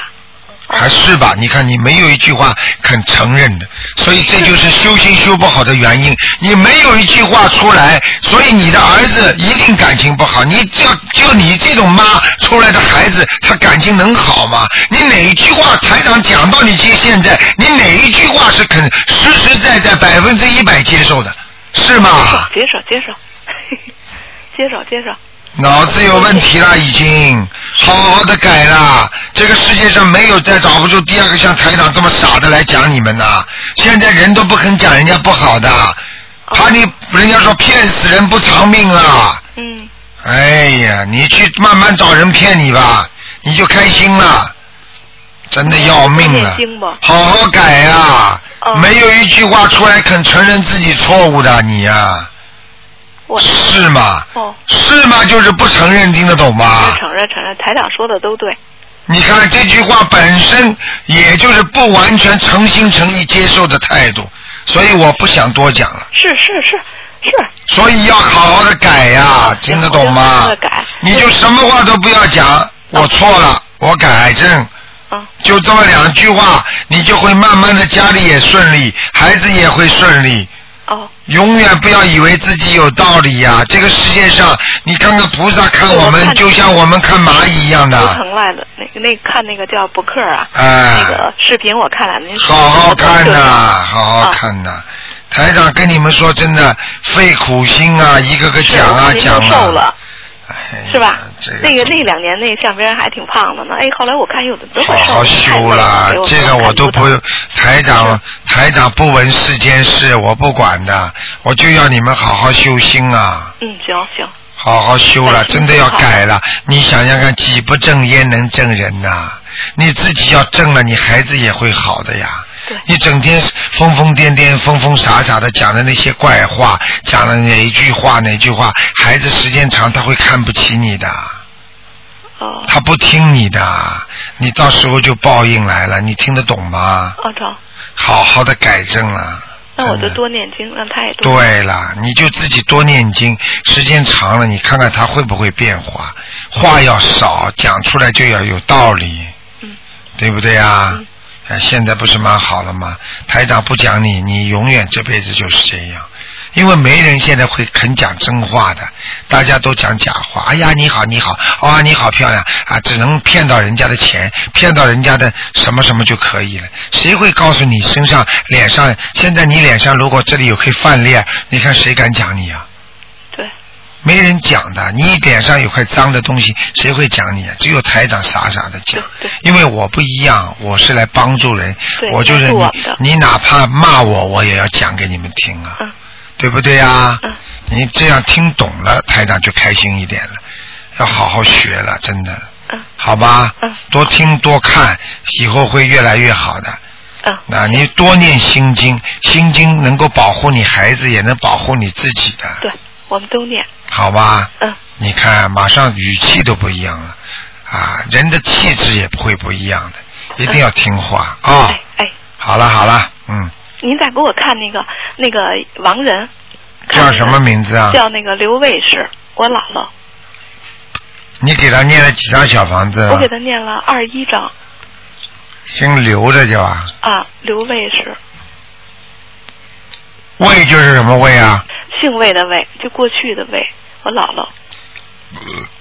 S1: 还是吧？你看你没有一句话肯承认的，所以这就是修心修不好的原因。你没有一句话出来，所以你的儿子一定感情不好。你就就你这种妈出来的孩子，他感情能好吗？你哪一句话台长讲到你今现在，你哪一句话是肯实实在在百分之一百接受的，是吗？
S7: 接受接受 接受接受。
S1: 脑子有问题啦，已经好好的改啦。这个世界上没有再找不出第二个像台长这么傻的来讲你们呐。现在人都不肯讲人家不好的，怕你人家说骗死人不偿命啊。
S7: 嗯，
S1: 哎呀，你去慢慢找人骗你吧，你就开心了。真的要命了
S7: 念经吧，
S1: 好好改啊呀、
S7: 哦
S1: 没有一句话出来肯承认自己错误的你呀、
S7: 我
S1: 是吗？
S7: 哦，
S1: 是吗？就是不承认，听得懂吗？
S7: 承认承认，台长说的都对。
S1: 你看这句话本身也就是不完全诚心诚意接受的态度，所以我不想多讲了。
S7: 是是是是，嗯
S1: 所以要好好的改呀、听得懂
S7: 好
S1: 吗
S7: 的改？
S1: 你就什么话都不要讲，我错了，我改正。
S7: 嗯
S1: 就这么两句话，你就会慢慢的家里也顺利，孩子也会顺利。
S7: 哦
S1: 永远不要以为自己有道理呀、这个世界上，你看看菩萨看我
S7: 我
S1: 们，
S7: 看
S1: 就像我们看蚂蚁一样
S7: 头
S1: 的。
S7: 疼来的那个那看那个叫博客啊，
S1: 哎
S7: 那个视频我看了，那
S1: 好好看呐、
S7: 啊
S1: 好好看呐、台长跟你们说，真的费苦心啊，一个个
S7: 是
S1: 讲
S7: 我
S1: 啊
S7: 看您
S1: 讲
S7: 都瘦
S1: 啊
S7: 了，，
S1: 哎呀
S7: 是吧？
S1: 这
S7: 那个那两年那相片还挺胖的呢，哎，后来我看有的都
S1: 好
S7: 很瘦，
S1: 好修啦
S7: 太累了，
S1: 这个我都不
S7: 给看
S1: 台长台长不闻世间事，我不管的，我就要你们好好修心啊，
S7: 嗯，行行，
S1: 好好修了，
S7: 哎
S1: 真的要
S7: 好
S1: 改了。你想想看，己不正焉能正人呐、你自己要正了，你孩子也会好的呀
S7: 对。
S1: 你整天疯疯癫癫、疯疯傻傻的讲的那些怪话，讲了哪一句话哪句话，孩子时间长他会看不起你的。
S7: 哦，
S1: 他不听你的，你到时候就报应来了，你听得懂吗？
S7: 哦，成，
S1: 好好的改正了。
S7: 那我就
S1: 真的
S7: 多念经，让他也多。
S1: 对了，你就自己多念经，时间长了，你看看他会不会变化。话要少，讲出来就要有道理，
S7: 嗯
S1: 对不对啊
S7: 嗯？
S1: 哎，现在不是蛮好了吗？台长不讲你，你永远这辈子就是这样，因为没人现在会肯讲真话的，大家都讲假话。哎呀，你好，你好，啊、你好漂亮啊，只能骗到人家的钱，骗到人家的什么什么就可以了。谁会告诉你身上、脸上？现在你脸上如果这里有颗饭粒儿，你看谁敢讲你啊？
S7: 对，
S1: 没人讲的，你脸上有块脏的东西，谁会讲你啊？只有台长傻傻的讲
S7: 对对，
S1: 因为我不一样，我是来帮助人
S7: 对，
S1: 我就是
S7: 帮助
S1: 你
S7: 我们的，
S1: 你哪怕骂我，我也要讲给你们听啊，
S7: 嗯
S1: 对不对啊？
S7: 嗯
S1: 你这样听懂了，台长就开心一点了，要好好学了，真的，
S7: 嗯
S1: 好吧？
S7: 嗯
S1: 多听多看，以后会越来越好的。
S7: 嗯，
S1: 啊，你多念心经，心经能够保护你孩子，也能保护你自己的，
S7: 对，我们都念，
S1: 好吧？
S7: 嗯
S1: 你看，马上语气都不一样了，啊，人的气质也不会不一样的，一定要听话啊、
S7: 哎哎，
S1: 好了好了，嗯，
S7: 您再给我看那个那个亡人，看那
S1: 叫
S7: 个
S1: 什么名字啊？
S7: 叫那个刘卫士，我姥姥，
S1: 你给他念了几张小房子啊
S7: 我
S1: 了
S7: 给？他念了二一章
S1: 姓刘的叫啊，
S7: 啊，刘卫士，
S1: 魏就是什么魏啊？
S7: 姓魏的魏，就过去的魏，我姥姥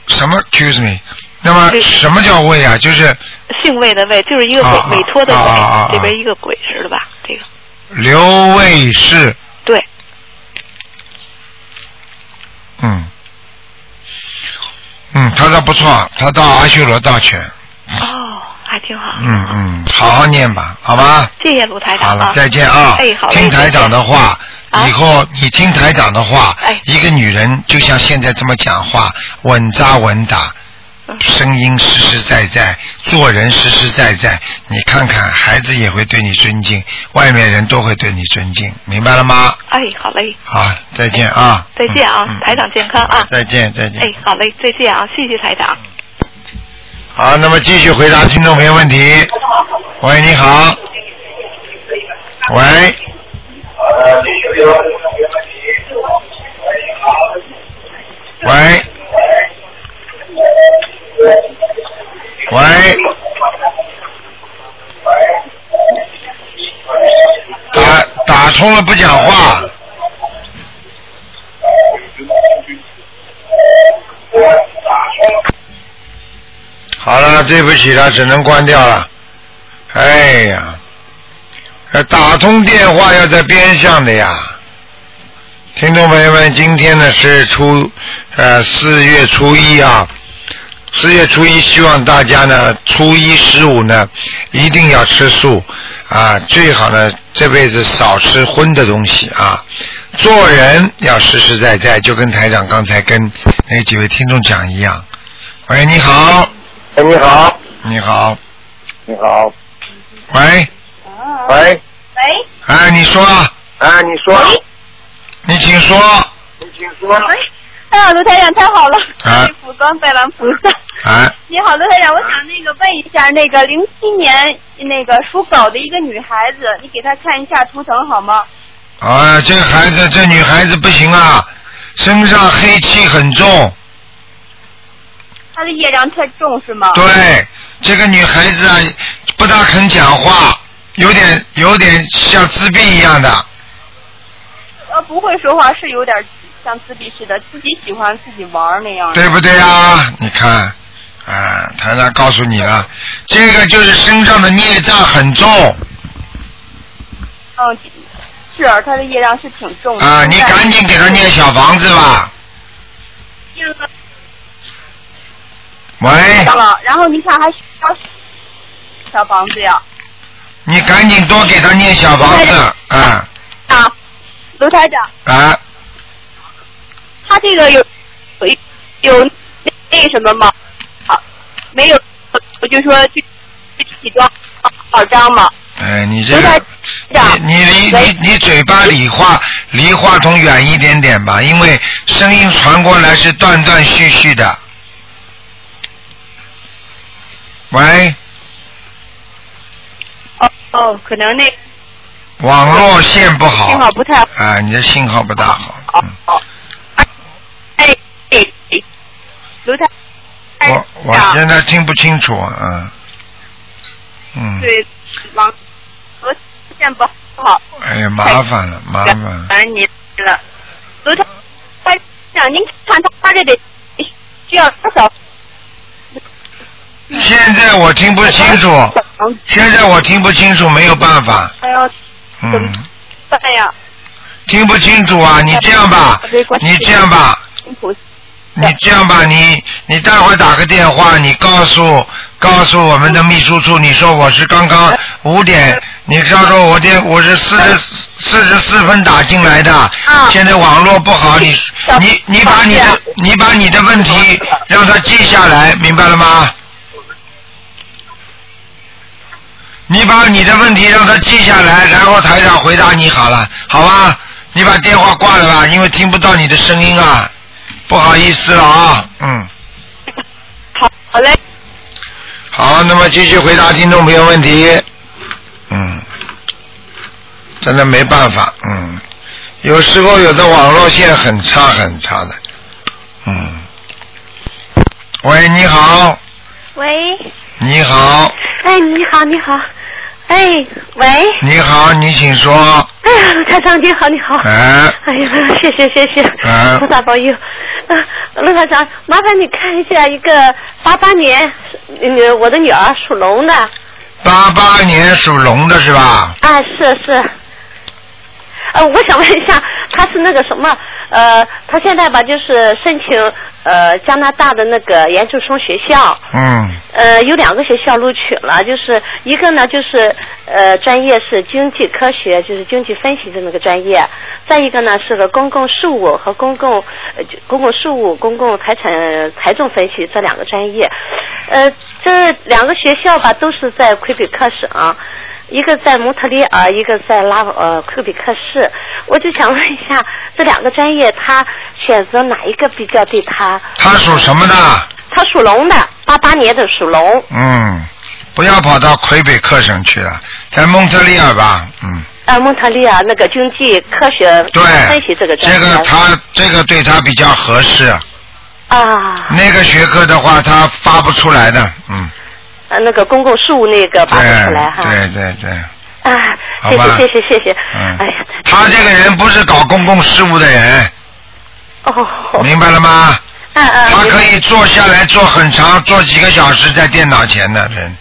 S1: 什么？Excuse me。那么
S7: 对
S1: 什么叫魏啊？就是
S7: 姓魏的魏，就是一个
S1: 啊啊
S7: 委委托的
S1: 啊啊啊啊
S7: 委，这边一个鬼似的吧，这个
S1: 刘卫氏，
S7: 对，
S1: 嗯，嗯，他倒不错，他到阿修罗道去了，
S7: 哦，还挺好，
S1: 嗯嗯，好好念吧，嗯好吧。
S7: 谢谢卢台
S1: 好
S7: 长
S1: 了
S7: 啊，，
S1: 再见啊！
S7: 哎，好嘞，
S1: 听台长的话，
S7: 再见
S1: 以后你听台长的话，
S7: 哎
S1: 一个女人就像现在这么讲话，稳扎稳打，
S7: 嗯
S1: 声音实实在在，做人实实在在。你看看，孩子也会对你尊敬，外面人都会对你尊敬，明白了吗？
S7: 哎，好嘞，
S1: 好，再见啊！
S7: 再见啊
S1: 嗯嗯
S7: 台长健康啊
S1: 再见，再见。
S7: 哎，好嘞，再见啊，谢谢台长。
S1: 好，那么继续回答听众朋友问题。喂，你好。喂。喂。喂。打打通了不讲话。好了，对不起了，只能关掉了。哎呀，呃打通电话要在边上的呀。听众朋友们，今天呢是初呃四月初一啊，四月初一，希望大家呢初一十五呢一定要吃素啊，最好呢这辈子少吃荤的东西啊。做人要实实在在，就跟台长刚才跟那几位听众讲一样。喂，你好。
S8: 哎，你好，
S1: 你好，
S8: 你好，
S1: 喂，
S8: 喂，
S1: 哎，你说，
S8: 哎，你说，
S1: 你请说，
S8: 你请
S4: 请说。
S5: 哎呀，卢台长太好了，
S1: 啊
S5: 普光拜完菩萨。
S1: 啊，
S5: 你好，卢台长，我想那个问一下，那个零七年那个属狗的一个女孩子，你给她看一下图腾好吗？
S1: 啊，这孩子这女孩子不行啊，身上黑气很重。
S5: 她的业障太重是吗？
S1: 对，这个女孩子啊，不大肯讲话，有点有点像自闭一样的。
S5: 呃，不会说话是有点像自闭似的，自己喜欢自己玩儿那样。
S1: 对不对啊？你看，啊，台长告诉你了，这个就是身上的孽障很重
S5: 嗯，是啊，她的业障是挺重
S4: 嗯
S5: 的。
S1: 啊，你赶紧给他念小房子吧。喂，
S2: 啊
S5: 了，然后你看还需要小房子呀？
S1: 你赶紧多给他念小房子，啊
S5: 啊，卢台长，
S1: 啊，
S5: 他这个有有有那什么吗？好，没有，我就说具体多少张嘛？
S1: 哎，你这
S5: 卢台
S1: 个。
S5: 长，
S1: 你你离
S5: 喂
S1: 你你嘴巴离话离话筒远一点点吧，因为声音传过来是断断续续的。喂，
S5: 哦哦，可能那
S1: 网络线不好。
S5: 信号不太好。
S1: 啊，你的信号不大好。嗯
S5: 哦，哎哎，卢台，哎
S1: 我我现在听不清楚，嗯，嗯，
S5: 对网和线不好，
S1: 哎呀，麻烦了，麻烦了。
S5: 烦您了。卢台，台长，您看他他这得需要多少
S1: 现在我听不清楚，
S5: 房子？
S1: 现在我听不清楚，没有办法，
S5: 哎呦，怎么
S1: 嗯，
S5: 办呀？
S1: 听不清楚啊，你这样吧
S5: 没关，系
S1: 你这样吧，
S5: 辛苦。
S1: 你这样吧，你你待会儿打个电话，你告诉告诉我们的秘书处，你说我是刚刚五点，你告诉我电我是四十四十四分打进来的，现在网络不好，你你你把你的你把你的问题让他记下来，明白了吗？你把你的问题让他记下来，然后台长回答你好了，好吧？你把电话挂了吧，因为听不到你的声音啊。不好意思了啊，嗯，
S5: 好，好嘞。
S1: 好，那么继续回答听众朋友问题，嗯，真的没办法，嗯，有时候有的网络线很差很差的，嗯，喂，你好，
S9: 喂，
S1: 你好，
S9: 哎，你好，你好，哎，喂，
S1: 你好，你请说，
S9: 哎呀，台长你好，你好，
S1: 哎，
S9: 哎呀，谢谢谢谢，
S1: 嗯
S9: 菩萨保佑。啊，陆台长，麻烦你看一下一个八八年，呃，我的女儿属龙的，
S1: 八八年属龙的是吧？
S9: 啊，是是。呃，我想问一下，她是那个什么？呃，她现在吧，就是申请呃加拿大的那个研究生学校，
S1: 嗯，
S9: 呃，有两个学校录取了，就是一个呢，就是呃，专业是经济科学，就是经济分析这么个专业；再一个呢，是个公共事务和公共呃就公共事务、公共财产财政分析这两个专业。呃，这两个学校吧，都是在魁北克省、一个在蒙特利尔，一个在拉呃魁北克市。我就想问一下，这两个专业，他选择哪一个比较对他？
S1: 他属什么的？
S9: 他属龙的，八八年的属龙。
S1: 嗯，不要跑到魁北克省去了，在蒙特利尔吧，嗯。
S9: 呃，蒙特利尔那个经济科学
S1: 对，
S9: 分析这个专业。
S1: 他这个对他比较合适，
S9: 啊，
S1: 那个学科的话他发不出来的，嗯，
S9: 呃，那个公共事务那个拔不出来哈。
S1: 对对对对，
S9: 啊，
S1: 好
S9: 谢
S1: 吧
S9: 谢谢谢谢谢。
S1: 嗯
S9: 哎呀，
S1: 他这个人不是搞公共事务的人，
S9: 哦，
S1: 明白了吗？
S9: 嗯嗯，
S1: 他
S9: 明
S1: 可
S9: 白
S1: 以坐下来坐很长，坐几个小时在电脑前的人，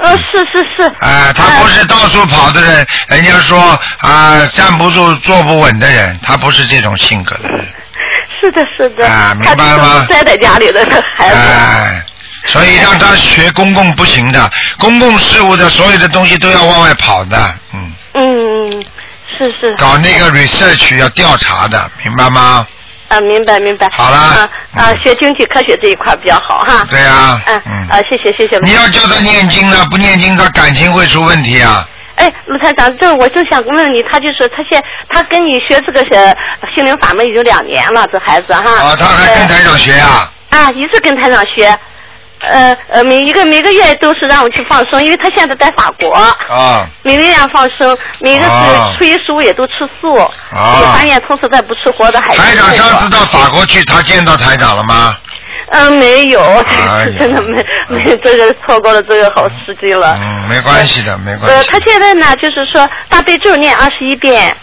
S1: 嗯
S9: 呃，是是是。
S1: 哎、他不是到处跑的人，人家说啊、站不住坐不稳的人，他不是这种性格的人，
S9: 是的，是的。
S1: 啊明
S9: 他
S1: 白了吗
S9: 就是待在家里的那孩
S1: 哎、
S9: 子。
S1: 所以让他学公共不行的，公共事务的所有的东西都要往外跑的，嗯。
S9: 嗯，是 是。
S1: 搞那个 research 要调查的，明白吗？
S9: 啊，明白明白。
S1: 好了
S9: 啊啊，
S1: 嗯
S9: 学经济科学这一块比较好哈。
S1: 对呀、
S9: 嗯
S1: 嗯，
S9: 啊，谢谢谢谢。
S1: 你要叫他念经呢，不念经他感情会出问题啊。
S9: 哎，卢台长，就是我就想问你，他就是他现他跟你学这个呃心灵法门已经两年了，这孩子哈。啊，
S1: 他还跟台长学呀、
S9: 啊，一直跟台长学，呃呃，每一个每个月都是让我去放生，因为他现在在法国，
S1: 啊？
S9: 每个月让放生，每个
S1: 哦
S9: 是初一十五也都吃素，
S1: 哦
S9: 也发现从此再不吃活的海鲜。
S1: 台长上次到法国去，他见到台长了吗？
S9: 嗯，没有，
S1: 哎呀
S9: 真的没没这个错过了这个好时机了。
S1: 嗯，没关系的，没关
S9: 呃，
S1: 系。
S9: 他现在呢，就是说大悲咒念二十一遍，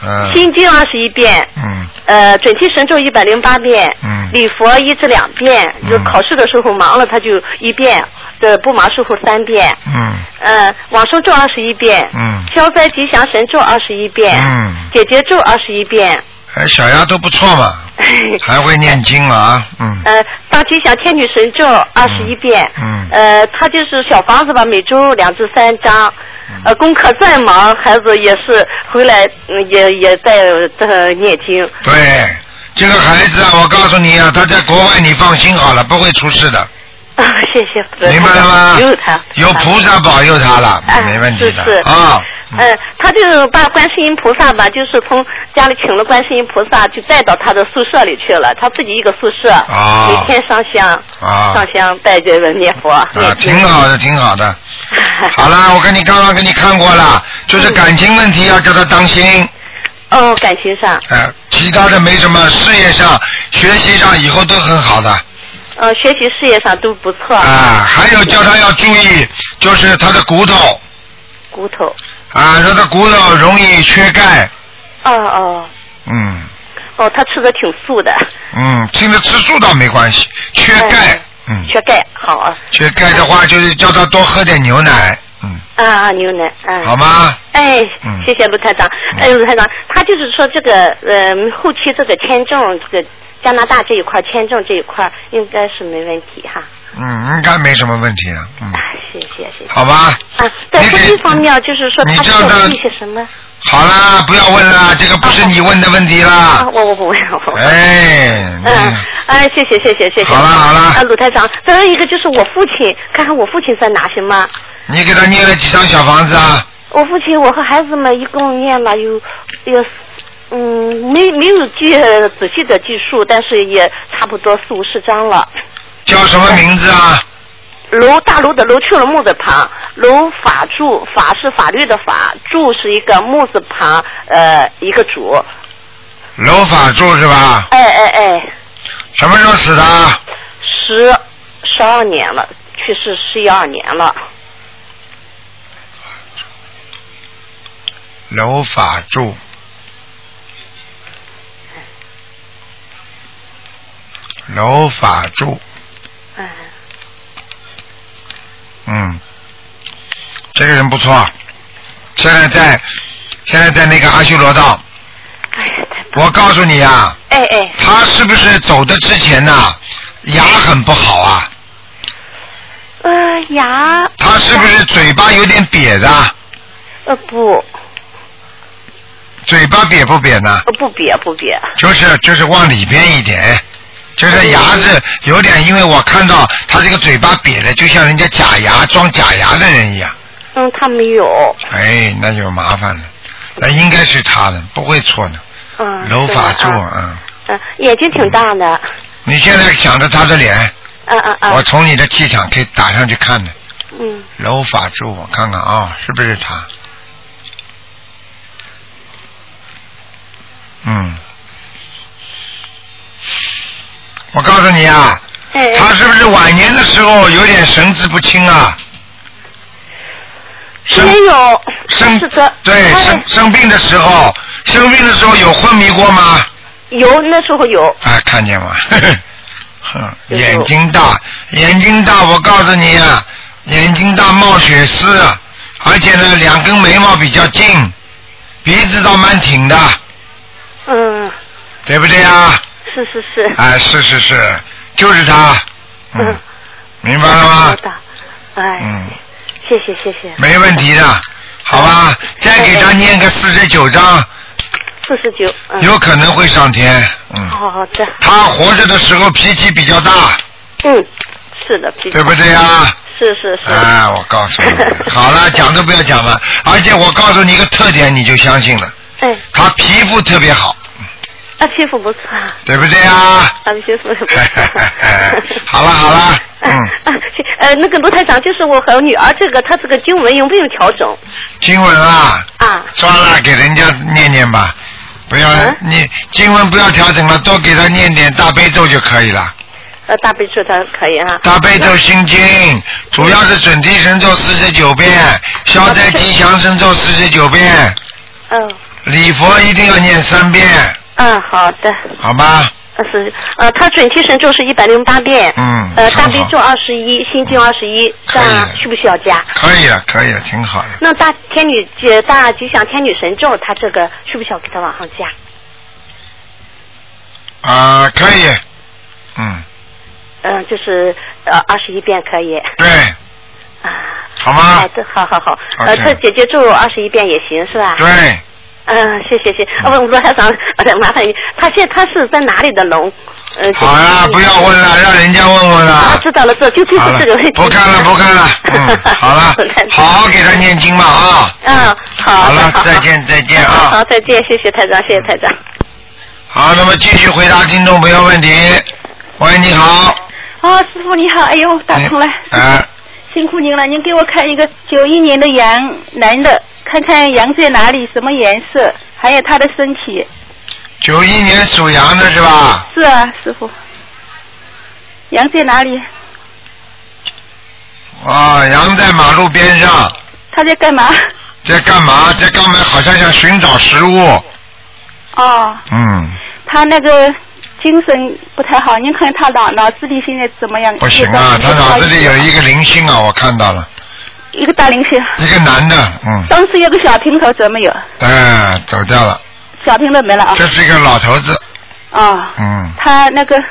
S1: 嗯
S9: 心经二十一遍，
S1: 嗯
S9: 呃，准提神咒一百零八遍，
S1: 嗯
S9: 礼佛一至两遍，就
S1: 嗯
S9: 考试的时候忙了他就一遍，呃，不忙时候三遍，
S1: 嗯
S9: 呃，往生咒二十一遍，
S1: 嗯
S9: 消灾吉祥神咒二十一遍，
S1: 嗯，
S9: 解结咒二十一遍，
S1: 哎，小丫头不错嘛，还会念经啊，嗯
S9: 呃，大吉祥天女神咒二十一遍，
S1: 嗯
S9: 呃，他就是小房子吧，每周两至三张。
S1: 嗯
S9: 呃，功课再忙，孩子也是回来，嗯、也也在呃念经。
S1: 对，这个孩子啊，我告诉你啊，他在国外你放心好了，不会出事的，
S9: 啊，谢谢。
S1: 明白了吗？
S9: 有他。
S1: 有菩萨保佑他了，
S9: 哎
S1: 没问题
S9: 是
S1: 的
S9: 是
S1: 啊。
S9: 嗯，他就把观世音菩萨吧，就是从家里请了观世音菩萨，就带到他的宿舍里去了，他自己一个宿舍，
S1: 啊
S9: 每天上香，
S1: 啊
S9: 上香带这个念佛，
S1: 啊，
S9: 念经
S1: 挺 好的，挺好的。好啦，我跟你刚刚给你看过了，
S9: 嗯
S1: 就是感情问题要叫他当心。
S9: 哦，感情上，
S1: 呃，其他的没什么，事业上、学习上以后都很好的。
S9: 呃，学习事业上都不错，
S1: 啊，还有叫他要注意，就是他的骨头
S9: 骨头，
S1: 啊，他的骨头容易缺钙。
S9: 哦哦
S1: 嗯
S9: 哦，他吃的挺素的，
S1: 嗯，听着吃素倒没关系，缺钙，嗯，
S9: 哎缺钙，好啊，
S1: 缺钙的话就是叫他多喝点牛奶，嗯，
S9: 啊啊，牛奶，啊，
S1: 好吗？
S9: 哎
S1: 嗯，
S9: 谢谢卢台长。哎，卢台长，他就是说这个，呃，后期这个签证，这个加拿大这一块签证这一块应该是没问题哈。
S1: 嗯，应该没什么问题的，嗯，
S9: 谢谢谢谢。
S1: 好吧。
S9: 啊，在婚姻方面，就是说
S1: 你
S9: 他
S1: 这
S9: 这
S1: 样的
S9: 有一些什么？
S1: 好啦，不要问啦，这个不是你问的问题啦
S9: 啊，。我我不问我不问。
S1: 哎，
S9: 嗯，哎，谢谢谢谢谢谢。
S1: 好了好了
S9: 啊，鲁台长，再有一个就是我父亲，看看我父亲在哪行吗？
S1: 你给他念了几张小房子啊？
S9: 我父亲，我和孩子们一共念了有有，嗯，没没有记呃仔细的记数，但是也差不多四五十张了。
S1: 叫什么名字啊？
S9: 楼大楼的楼，去了木字旁，楼法柱，法是法律的法，柱是一个木字旁，呃，一个主。
S1: 楼法柱是吧？
S9: 哎哎哎，
S1: 什么时候死的啊？
S9: 十十二年了，去世十一二年了。
S1: 楼法柱。楼法柱，
S9: 哎，
S1: 嗯，这个人不错，现在在现在在那个阿修罗道。我告诉你啊，
S9: 哎哎，
S1: 他是不是走的之前呐、牙很不好啊？
S9: 呃，牙
S1: 他是不是嘴巴有点瘪的？
S9: 呃不
S1: 嘴巴瘪不瘪呢？
S7: 哦
S9: 呃不瘪不瘪，
S1: 就是就是往里边一点，就是牙是有点，因为我看到他这个嘴巴瘪的，就像人家假牙装假牙的人一样。
S9: 嗯，他没有，
S1: 哎，那就麻烦了，那应该是他的，不会错的。
S9: 嗯，
S1: 楼法柱，
S9: 是吧
S1: 嗯，
S9: 嗯，眼睛挺大的，
S1: 你现在想着他的脸，
S9: 嗯嗯
S1: 我
S9: 嗯，
S1: 从你的气场可以打上去看的。
S9: 嗯，
S1: 楼法柱，我看看啊、是不是他？嗯，我告诉你啊，
S9: 哎，
S1: 他是不是晚年的时候有点神志不清啊？生
S9: 没有，
S1: 生
S9: 是的，
S1: 对
S9: 哎
S1: 生生病的时候，生病的时候有昏迷过吗？
S9: 有那时候有，
S1: 啊，看见吗？ 哼，
S9: 有
S1: 眼睛大，眼睛大，我告诉你啊，眼睛大冒血丝，啊而且呢，两根眉毛比较近，鼻子倒蛮挺的，
S9: 嗯，
S1: 对不对啊？
S9: 是是是，
S1: 啊，是是是，就是他，嗯
S9: 嗯，
S1: 明白了吗
S9: 好？的，哎，
S1: 嗯，
S9: 谢谢谢谢，
S1: 没问题的，好吧？再给他念个四十九章，
S9: 四十九，嗯，
S1: 有可能会上天，嗯。
S9: 好好的，
S1: 他活着的时候脾气比较大，
S9: 嗯，是的，
S1: 对不对啊？
S9: 是是是。
S1: 啊，我告 诉你，好了，讲都不要讲了。而且我告诉你一个特点，你就相信了。
S9: 哎，
S1: 他皮肤特别好，
S9: 啊，皮肤不错，
S1: 对不对啊？
S9: 啊，皮肤不错。
S1: 好了好了，
S9: 呃，那个卢台长，就是我和女儿这个，她这个经文有没有调整？
S1: 经文啊，
S9: 啊，
S1: 算了，给人家念念吧，不要、你经文不要调整了，多给他念点大悲咒就可以了。
S9: 呃，大悲咒她可以哈。
S1: 大悲咒心经，主要是准提神咒四十九遍，
S9: 啊
S1: 消灾吉祥神咒四十九遍，
S9: 嗯
S1: 礼佛一定要念三遍，
S9: 嗯，好的。
S1: 好吧？
S9: 呃是呃，她准提神咒是一百零八遍，
S1: 嗯，
S9: 呃，大
S1: 很
S9: 悲
S1: 好，
S9: 咒二十一，心经二十一，这样需不需要加？
S1: 可以了，可以了，挺好的。
S9: 那大天女呃大吉祥天女神咒，她这个需不需要给她往上加？
S1: 啊、可以，嗯，
S9: 嗯、就是呃二十一遍可以。
S1: 对。好吗？
S6: 哎
S9: 好的，好好好。呃，
S1: OK
S9: 这姐姐咒二十一遍也行是吧？
S1: 对，
S9: 嗯，谢谢谢。啊，不，罗台长，呃麻烦你，他现他是在哪里的龙？呃，好
S1: 啊，不要问了，让人家问问了。
S9: 啊，知道了，这就就是
S1: 好了
S9: 这个 问题。
S1: 不看了，不看了，嗯，好了，好好给他念经吧啊！
S9: 嗯，好。
S1: 好了，再见，再见啊！
S9: 好，再见，谢谢台长，谢谢台长。
S1: 好，那么继续回答听众朋友问题。喂，你好，
S10: 啊，师傅你好，哎呦，打通了，
S1: 哎、
S10: 辛苦您了。您给我看一个九一年的羊男的，看看羊在哪里，什么颜色，还有他的身体。
S1: 九一年属羊的是吧？
S10: 是啊，师傅。羊在哪里？
S1: 啊，羊在马路边上，
S10: 他在干嘛？
S1: 在干嘛？在干嘛？好像想寻找食物。
S10: 哦，
S1: 嗯，
S10: 他那个精神不太好，您看他脑脑子里现在怎么样？
S1: 不行啊，他脑子里有一个灵性啊，我看到了，
S10: 一个大灵性，
S1: 一个男的，嗯，
S10: 当时有个小平头怎么有？
S1: 哎，走掉了，
S10: 小平头没了啊。
S1: 这是一个老头子，
S10: 啊、
S1: 嗯，
S10: 他那个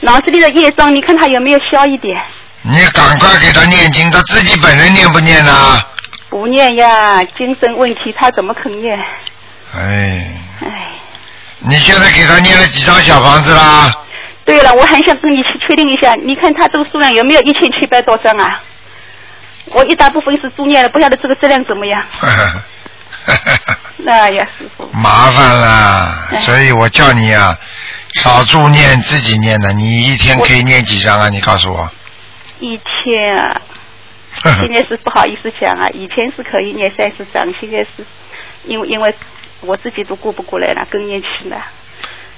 S10: 脑子里的业障，你看他有没有消一点？
S1: 你赶快给他念经，他自己本人念不念呢、啊
S10: 不念呀，精神问题他怎么肯念？
S1: 哎，你现在给他念了几张小房子啦？
S10: 对了，我很想跟你去确定一下，你看他这个数量有没有一千七百多张啊？我一大部分是助念的，不晓得这个质量怎么样。哎呀，师傅，
S1: 麻烦啦，
S10: 哎
S1: 所以我叫你啊，少助念自己念的，你一天可以念几张啊？你告诉我。
S10: 一千啊，
S1: 嗯
S10: 现在是不好意思讲啊，以前是可以念三十张，现在是因为因为我自己都顾不过来了，更年期了。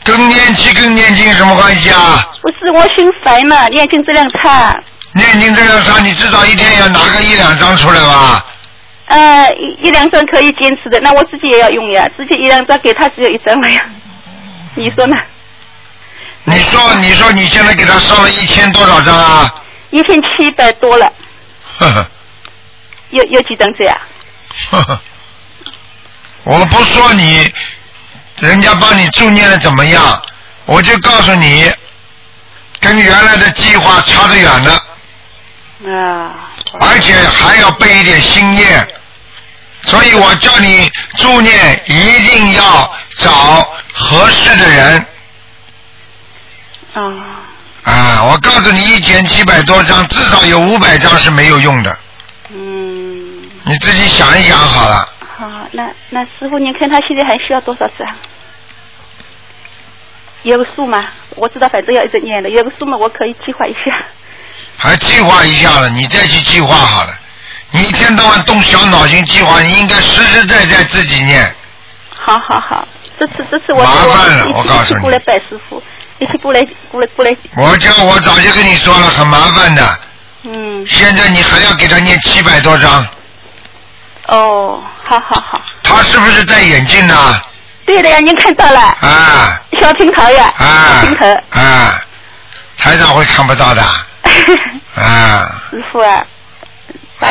S1: 跟念经跟念经有什么关系啊？
S10: 不是我心烦嘛，啊念经质量差，
S1: 念经这样上，你至少一天要拿个一两张出来吧？
S10: 呃，一一两张可以坚持的，那我自己也要用呀，自己一两张给他只有一张了呀，
S1: 嗯
S10: 你说呢？
S1: 你说，你说你现在给他烧了一千多少张啊？
S10: 一千七百多了，
S1: 呵呵
S10: 有有几张这样？
S1: 呵呵， 我不说你，人家帮你助念的怎么样，我就告诉你，跟原来的计划差得远了。
S10: 啊。
S1: 而且还要备一点心念，所以我叫你助念一定要找合适的人。
S10: 啊。
S1: 啊，我告诉你，一千七百多张，至少有五百张是没有用的。嗯。你自己想一想好了。
S10: 好，啊那那师傅，您看他现在还需要多少张？有个数吗？我知道，反正要一直念的，有个数嘛，我可以计划一下。
S1: 还计划一下了，你再去计划好了。你一天到晚动小脑筋计划，你应该实实在在自己念。
S10: 好好好，这次这次我
S1: 麻烦了
S10: 我
S1: 我告诉
S10: 一
S1: 你
S10: 起过来拜师傅，一起过来过来过来，
S1: 我叫我早就跟你说了，很麻烦的。
S10: 嗯。
S1: 现在你还要给他念七百多章，
S10: 哦，好好好，
S1: 他是不是戴眼镜呢？
S10: 对的呀，您看到了。
S1: 啊。
S10: 小平头呀。
S1: 啊
S10: 小平头，
S1: 啊，台长会看不到的。啊，
S10: 师傅啊。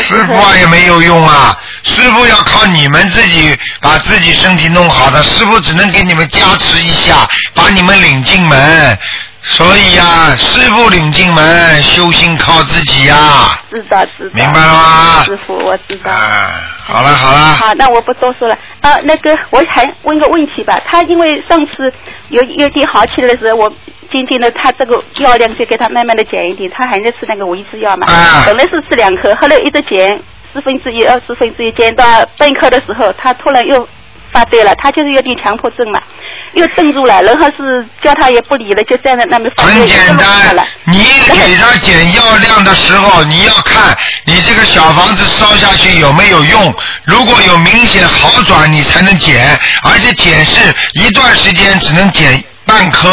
S1: 师傅啊也没有用啊，师傅要靠你们自己把自己身体弄好的，师傅只能给你们加持一下，把你们领进门。所以呀、师傅领进门，修行靠自己呀、
S10: 知道知道。
S1: 明白了吗
S10: 师傅，我知道。
S1: 啊好了好了，
S10: 好，那我不多说了。呃，那个我还问个问题吧。他因为上次有有点好起来的时候，我今天呢，他这个药量就给他慢慢的减一点。他还在吃那个维制药嘛，本来是吃两颗，后来一直减四分之一、二四分之一，减到半颗的时候，他突然又发对了，他就是有点强迫症嘛，又镇住了，然后是叫他也不理了，就站在那边发很简单，
S1: 你给他减药量的时候，你要看你这个小房子烧下去有没有用，如果有明显好转，你才能减，而且减是一段时间只能减半颗。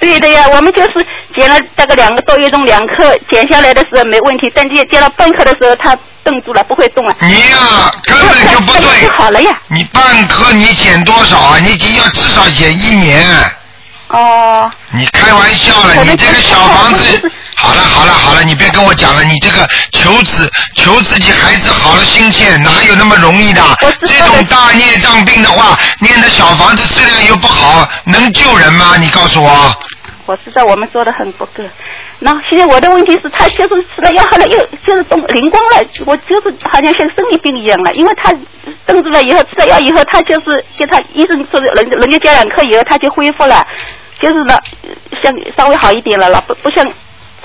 S10: 对的呀，我们就是减了大概两个多月中两克，减下来的时候没问题，但减减到半克的时候，它顿住了，不会动了。
S1: 你哎呀、根本就不对。
S10: 好了呀。
S1: 你半颗你减多少啊？你已经要至少减一年。
S10: 哦。
S1: 你开玩笑了，你这个小房子，好了好了好了，你别跟我讲了，你这个求子求自己孩子好了心切，哪有那么容易的？这种大孽障病的话，念的小房子质量又不好，能救人吗？你告诉我。
S10: 我知道我们做的很不够。然后现在我的问题是，他就是吃了药后来又就是动灵光了，我就是好像像生理病一样了，因为他顿住了以后吃了药以后，他就是给他医生说的人人家加两颗以后他就恢复了，就是呢像稍微好一点了了，不不像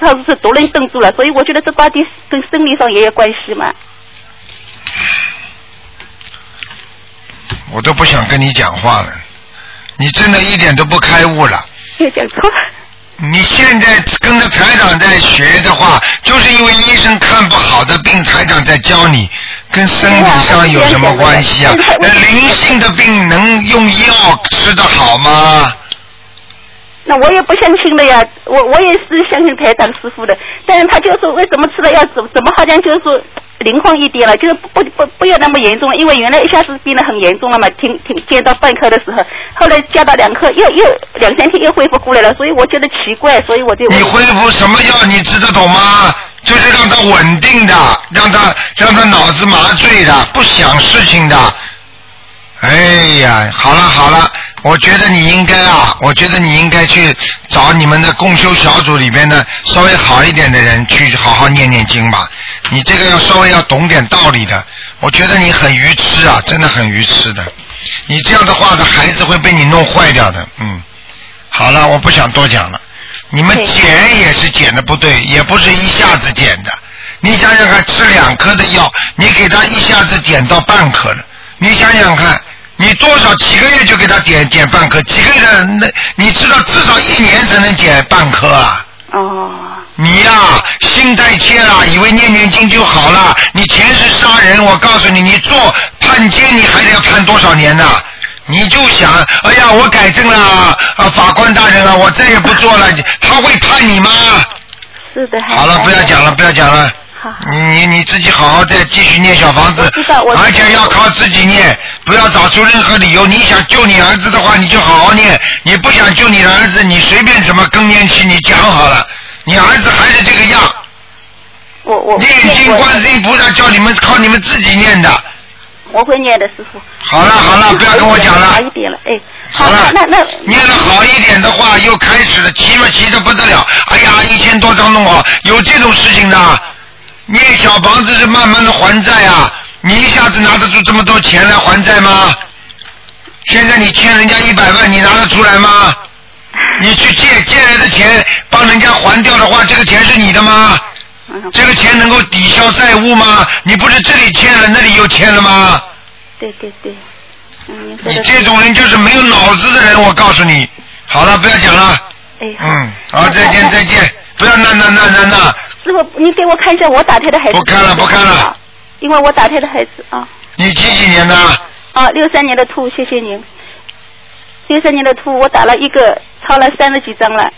S10: 上次突然顿住了， 所以我觉得这到底跟生理上也有关系嘛。
S1: 我都不想跟你讲话了，你真的一点都不开悟了。
S10: 又讲错。
S1: 你现在跟着台长在学的话，就是因为医生看不好的病，台长在教你，跟生理上有什么关系啊？那灵性的病能用药吃得好吗？
S10: 那我也不相信的呀，我我也是相信台长师傅的，但是他就说为什么吃了药怎怎么好像就是说灵光一点了，就是不不不不要那么严重了，因为原来一下子变得很严重了嘛，停停减到半颗的时候，后来加到两颗，又又两三天又恢复过来了，所以我觉得奇怪，所以我就
S1: 你恢复什么药？你吃得懂吗？就是让他稳定的，让他让他脑子麻醉的，不想事情的。哎呀，好了好了，我觉得你应该啊，我觉得你应该去找你们的共修小组里边的稍微好一点的人去好好念念经吧。你这个要稍微要懂点道理的，我觉得你很愚痴啊，真的很愚痴的。你这样的话，这孩子会被你弄坏掉的。嗯，好了，我不想多讲了。你们减也是减的不对，也不是一下子减的。你想想看，吃两颗的药，你给他一下子减到半颗了，你想想看，你多少几个月就给他减减半颗，几个月的那你知道至少一年才能减半颗啊。
S10: 哦。
S1: 你呀、心太切了，以为念念经就好了。你前世杀人，我告诉你，你做判监，你还得要判多少年呢？你就想，哎呀，我改正了啊，法官大人啊，我再也不做了。你他会判你吗？
S10: 是的。
S1: 好了，不要讲了，不要讲了。你你你自己好好再继续念小房子，而且要靠自己念，不要找出任何理由。你想救你儿子的话，你就好好念；你不想救你的儿子，你随便什么更年期你讲好了。你儿子还是这个样。
S10: 我我
S1: 念经观世音菩萨叫你们靠你们自己念的。
S10: 我会念的，师傅。
S1: 好了好了，不要跟我讲了。
S10: 好一点了，哎，好了，那那
S1: 念了好一点的话，又开始了，急嘛急的不得了。哎呀，一千多张弄好，有这种事情的。念小房子是慢慢的还债啊，你一下子拿得出这么多钱来还债吗？现在你欠人家一百万，你拿得出来吗？你去借借来的钱帮人家还掉的话，这个钱是你的吗？
S10: 嗯
S1: 这个钱能够抵消债务吗？你不是这里欠了，那里又欠了吗？
S10: 对对对，嗯，您说
S1: 你
S10: 的
S1: 这种人就是没有脑子的人，我告诉你。好了，不要讲了。嗯，好，再见再见，不要那那那那那。
S10: 师傅，你给我看一下我打胎的孩子。不看了，不看了。因为我打胎的孩子啊。
S1: 你几几年的？
S10: 啊，六三年的兔，谢谢您。六三年的兔，我打了一个，抄了三十几张了。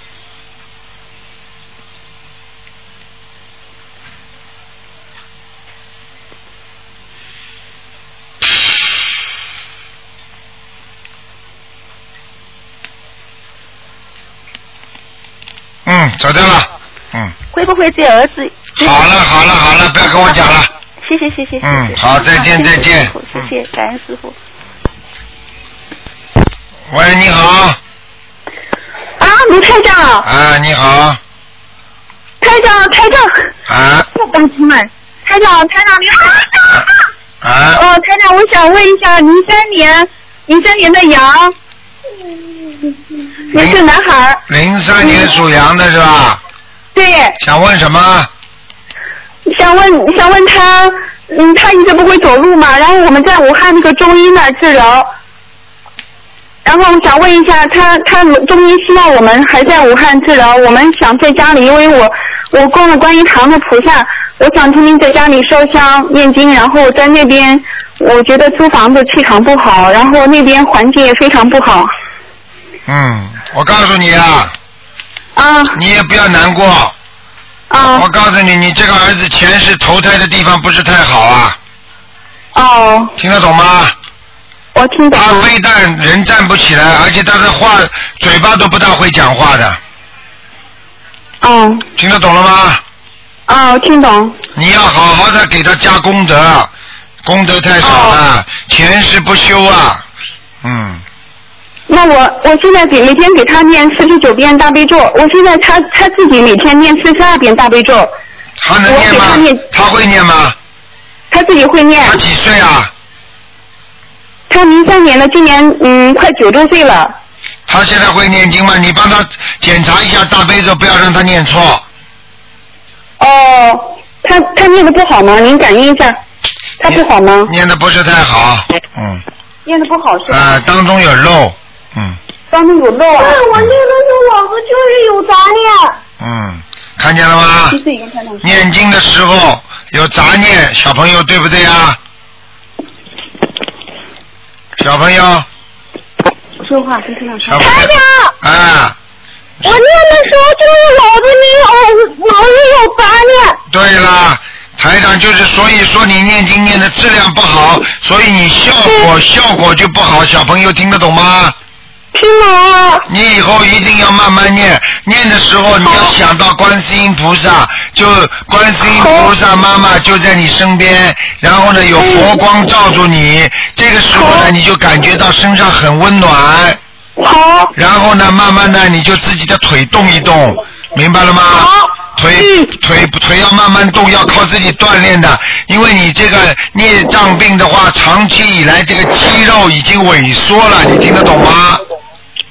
S1: 嗯，走掉了。嗯
S10: 会不会只有儿子？
S1: 好了好了好了，不要跟我讲了。
S10: 谢谢谢谢。谢谢
S1: 嗯好再见
S10: 啊
S1: 再见
S10: 辛苦辛苦谢谢，感恩师傅。
S1: 喂，你好。
S4: 啊，卢台长，
S1: 啊，你好，
S4: 台长，台长，
S1: 啊
S4: 不担心们，台长，台长你好。
S1: 啊。
S4: 哦，台长，我想问一下，零三年，零三年的羊，
S1: 嗯
S4: 您是男孩儿，
S1: 零三年属羊的是吧？
S4: 对，
S1: 想问什么？
S4: 想问想问他，嗯，他一直不会走路嘛，然后我们在武汉那个中医那儿治疗，然后想问一下他，他中医希望我们还在武汉治疗，我们想在家里，因为我我供了观音堂的菩萨，我想天天在家里烧香念经，然后在那边我觉得租房子气场不好，然后那边环境也非常不好，
S1: 嗯，我告诉你啊，
S4: 啊，
S1: 你也不要难过，
S4: 啊，
S1: 我告诉你，你这个儿子前世投胎的地方不是太好啊。
S4: 哦。
S1: 听得懂吗？
S4: 我听懂。
S1: 他非但人站不起来，而且他的话嘴巴都不大会讲话的。
S4: 哦。
S1: 听得懂了吗？
S4: 啊，我听懂。
S1: 你要好好的给他加功德，功德太少
S4: 哦
S1: 了，前世不修啊。嗯，
S4: 那我我现在给每天给他念四十九遍大悲咒，我现在他他自己每天念四十二遍大悲咒，
S1: 他能念吗？他会念吗？
S4: 他自己会念。他
S1: 几岁啊？
S4: 他零三年的，今年嗯快九周岁了。
S1: 他现在会念经吗？你帮他检查一下大悲咒，不要让他念错。
S4: 哦，他他念的不好吗？您感应一下，他不好吗？
S1: 念的不是太好，嗯，
S4: 念的不好是吧？
S1: 啊，当中有漏，嗯
S4: 当中有漏啊。
S11: 我念的是我不就是有杂念？
S1: 嗯，看见了吗？啊念经的时候有杂念，小朋友对不对啊？小朋友，
S4: 说话跟台长
S1: 说。台
S4: 哎
S11: 长。
S1: 啊，
S11: 我念的时候就是脑子里有脑子有杂念。
S1: 对啦，台长就是所以说你念经念的质量不好，所以你效果效果就不好，小朋友听得懂吗？
S11: 听懂了。
S1: 你以后一定要慢慢念，念的时候你要想到观世音菩萨，就观世音菩萨妈妈就在你身边，然后呢有佛光照住你，这个时候呢你就感觉到身上很温暖。
S11: 好。
S1: 然后呢，慢慢的你就自己的腿动一动，明白了吗？
S11: 嗯
S1: 腿腿腿要慢慢动，要靠自己锻炼的，因为你这个孽障病的话，长期以来这个肌肉已经萎缩了，你听得懂吗？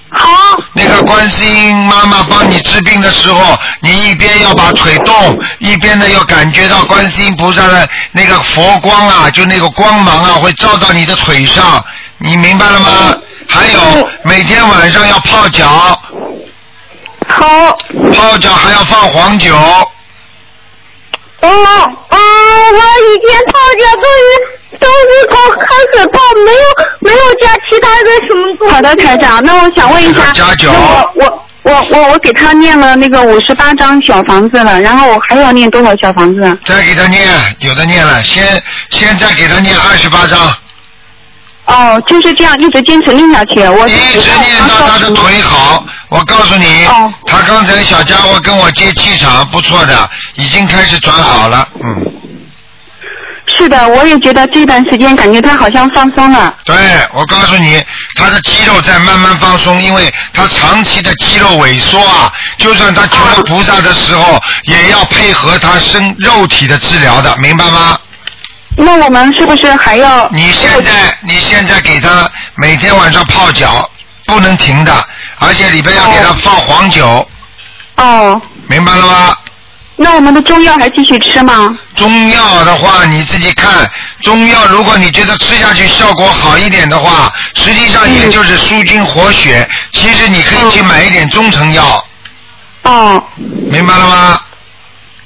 S11: 好。
S1: 那个观世音妈妈帮你治病的时候，你一边要把腿动，一边呢要感觉到观世音菩萨的那个佛光啊，就那个光芒啊，会照到你的腿上，你明白了吗？还有每天晚上要泡脚。
S11: 好。
S1: 泡脚还要放黄酒。
S11: 哦哦，我以前泡脚都是都是从开始泡，没有没有加其他的什么东西。
S4: 好的，台长，那我想问一下，
S1: 加酒
S4: 那我我我我我给他念了那个五十八张小房子了，然后我还要念多少小房子啊？
S1: 再给他念，有的念了，先先再给他念二十八章，
S4: 哦，就是这样一直坚持念下去。我
S1: 一直念到他的腿好。我告诉你，他刚才小家伙跟我接气场，不错的，已经开始转好了。嗯，
S4: 是的，我也觉得这段时间感觉他好像放松了。
S1: 对，我告诉你，他的肌肉在慢慢放松，因为他长期的肌肉萎缩啊，就算他求了菩萨的时候，也要配合他身肉体的治疗的，明白吗？
S4: 那我们是不是还要？
S1: 你现在你现在给他每天晚上泡脚，不能停的，而且里边要给他放黄酒，
S4: 哦，
S1: 明白了吗？
S4: 那我们的中药还继续吃吗？
S1: 中药的话你自己看，中药如果你觉得吃下去效果好一点的话，实际
S4: 嗯
S1: 上也就是舒筋活血。其实你可以去买一点中成药，
S4: 哦
S1: 明白了吗？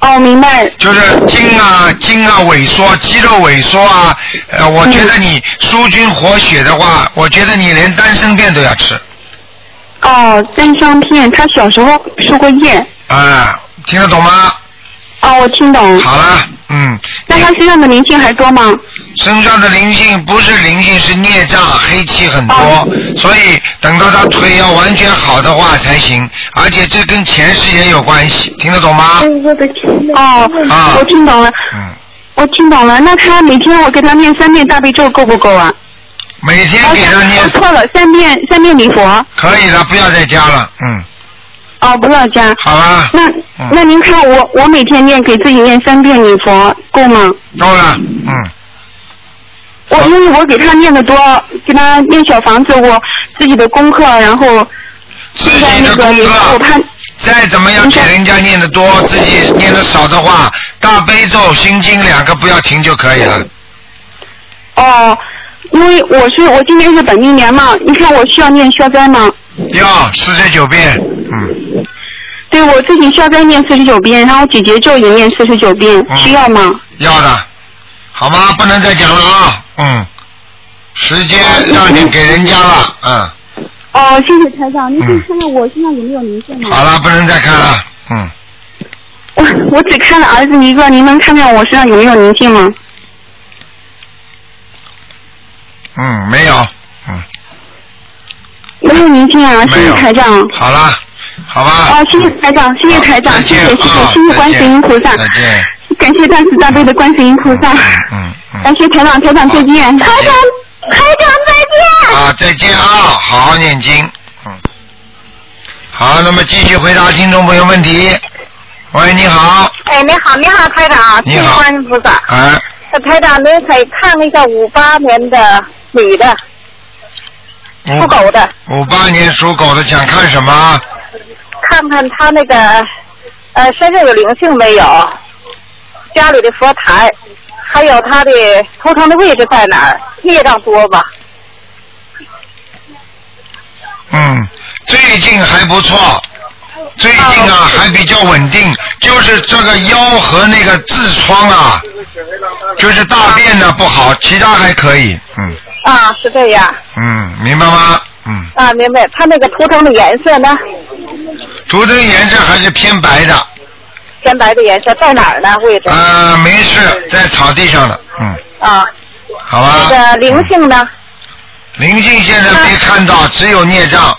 S4: 哦，明白。
S1: 就是筋啊筋啊萎缩，肌肉萎缩啊，呃，
S4: 嗯
S1: 我觉得你舒筋活血的话，我觉得你连丹参片都要吃。
S4: 哦，丹参片，他小时候受过业。
S1: 啊，听得懂吗？
S4: 哦，我听懂。
S1: 好了，嗯，
S4: 那他身上的灵性还多吗？
S1: 身上的灵性不是灵性，是孽障，黑气很多，
S4: 哦
S1: 所以等到他腿要完全好的话才行。而且这跟前世也有关系，听得懂吗？
S4: 我的天！哦，我听懂了。
S1: 啊嗯。
S4: 我听懂了，那他每天我给他念三遍大悲咒够不够啊？哦
S1: 每天给他念
S4: 我错了，三遍三遍礼佛。
S1: 可以了，不要再加了，嗯。
S4: 哦，不要加。
S1: 好嗯啦。
S4: 那、那您看我我每天念给自己念三遍礼佛够吗？
S1: 够了，嗯。
S4: 我因为我给他念的多，给他念小房子，我自己的功课，然后
S1: 自己的
S4: 哎
S1: 功课，再怎么样给人家念的多，自己念的少的话，大悲咒、心经两个不要停就可以了。
S4: 哦，因为我是我今年是本命年嘛，你看我需要念消灾吗？
S1: 要四十九遍，嗯，
S4: 对我自己消灾念四十九遍，然后姐姐咒也念四十九遍，
S1: 嗯
S4: 需要吗？
S1: 要的，好吗？不能再讲了啊，嗯，时间让你给人家了，嗯，
S4: 哦，谢谢台长，您可以
S1: 嗯
S4: 看看我身上有没有灵性吗？
S1: 好了，不能再看了，嗯，
S4: 我我只看了儿子一个，您能看看我身上有没有灵性吗？
S1: 嗯，没有，
S4: 没有灵性啊，谢谢台长。
S1: 好了，好吧。
S4: 哦，谢谢台长，谢谢台长，谢谢谢谢谢谢观世音菩萨，
S1: 再啊见。
S4: 感谢大慈大悲的观世音菩萨。
S1: 嗯
S4: 感谢台长，台长再见。台长，台长再见。
S1: 啊，再见啊，好好念经，嗯。好，那么继续回答听众朋友问题。喂，你好，
S11: 哎，你好，你好，台长，
S1: 你好
S11: 谢谢观世菩萨。
S1: 哎，
S11: 呃台长，您可以看一下五八年的女的，
S1: 属
S11: 狗的，
S1: 五八年属狗的想看什么？
S11: 看看她那个呃身上有灵性没有，家里的佛台，还有她的头疼的位置在哪儿，业障多吧？
S1: 嗯，最近还不错，最近啊还比较稳定，就是这个腰和那个痔疮啊，就是大便呢不好，其他还可以，嗯
S11: 啊，是这样
S1: 嗯，明白吗？嗯，
S11: 啊，明白。她那个图腾的颜色呢？
S1: 图腾颜色还是偏白的，
S11: 偏白的颜色在哪儿呢？位置
S1: 啊，没事，在草地上的，嗯，
S11: 啊，
S1: 好
S11: 那
S1: 吧。
S11: 个灵性呢？
S1: 灵性现在没看到，只有孽障。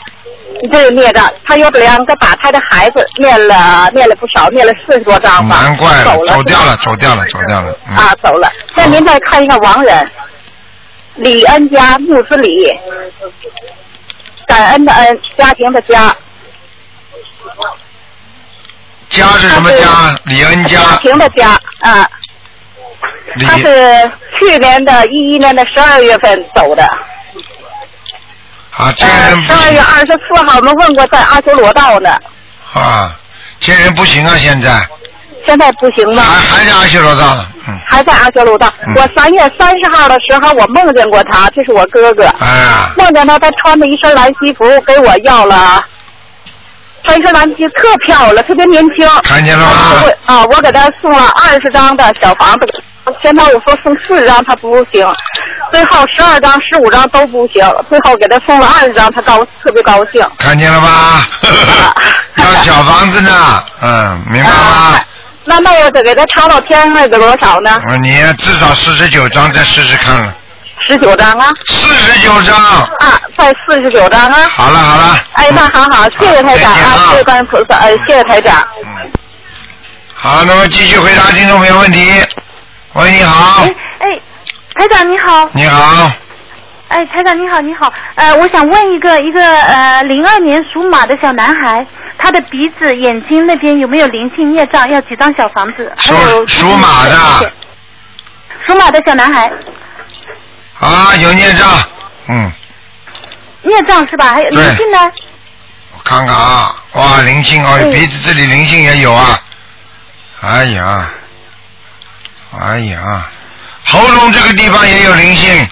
S11: 这个孽障，他有两个打胎的孩子，念了念了不少，念了四十多张吧，
S1: 难怪
S11: 走了
S1: 走掉了，走掉了，走掉了。嗯、
S11: 啊，走了。那您再看一下亡人，李恩家木之李，感恩的恩，家庭的家，
S1: 家是什么家？李恩
S11: 家
S1: 家。
S11: 庭的家啊。
S1: 李
S11: 他是去年的一一年的十二月份走的，
S1: 啊，这个人
S11: 十二月二十四号我们问过在阿修罗道呢，
S1: 啊，这人不行啊，现在
S11: 现在不行吗？
S1: 啊还在阿修罗道呢。嗯，
S11: 还在阿修罗道。我三月三十号的时候，我梦见过他，这是我哥哥。
S1: 啊，
S11: 梦见他，他穿着一身蓝西服给我要了，穿一身蓝西服特漂亮，特别年轻。
S1: 看见了吗？
S11: 我啊，我给他送了二十张的小房子，先头我说送四十张他不行，最后十二张、十五张都不行，最后给他送了二十张，他高特别高兴。
S1: 看见了吧？要小房子呢，嗯，明白吗？
S11: 那那我得给他抄到天上得多少呢？
S1: 我你至少四十九章再试试看了。
S11: 十九张啊。
S1: 四十九张。
S11: 啊，再四十九张啊。
S1: 好了好了。
S11: 哎，那好好，谢谢台长啊，谢谢观音菩萨，哎，谢谢台长。
S1: 好，那么继续回答听众朋友问题。喂，你好，
S12: 哎，台长你好。
S1: 你好，
S12: 哎，台长你好，你好。呃，我想问一个一个呃，零二年属马的小男孩，他的鼻子、眼睛那边有没有灵性孽障？要几张小房子？还有
S1: 属马的
S12: 谢谢属马的小男孩，
S1: 啊，有孽障，嗯，
S12: 孽障是吧？还有灵
S1: 对
S12: 性呢？
S1: 我看看啊，哇，灵性哦，
S12: 嗯
S1: 鼻子这里灵性也有啊，哎呀，哎呀，喉咙这个地方也有灵性，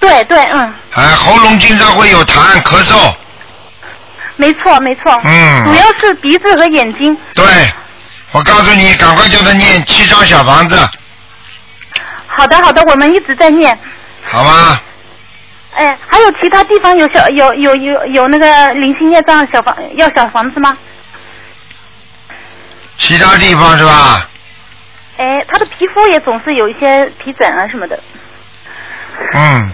S12: 对对，嗯，
S1: 哎，喉咙经常会有痰、咳嗽，
S12: 没错没错。
S1: 嗯
S12: 主要是鼻子和眼睛。
S1: 对，我告诉你，赶快叫他念七张小房子，
S12: 好的好的，我们一直在念。
S1: 好吗？
S12: 哎，还有其他地方有小有有有有那个灵性孽障小房要小房子吗？
S1: 其他地方是吧？
S12: 哎，他的皮肤也总是有一些皮疹啊什么的。
S1: 嗯，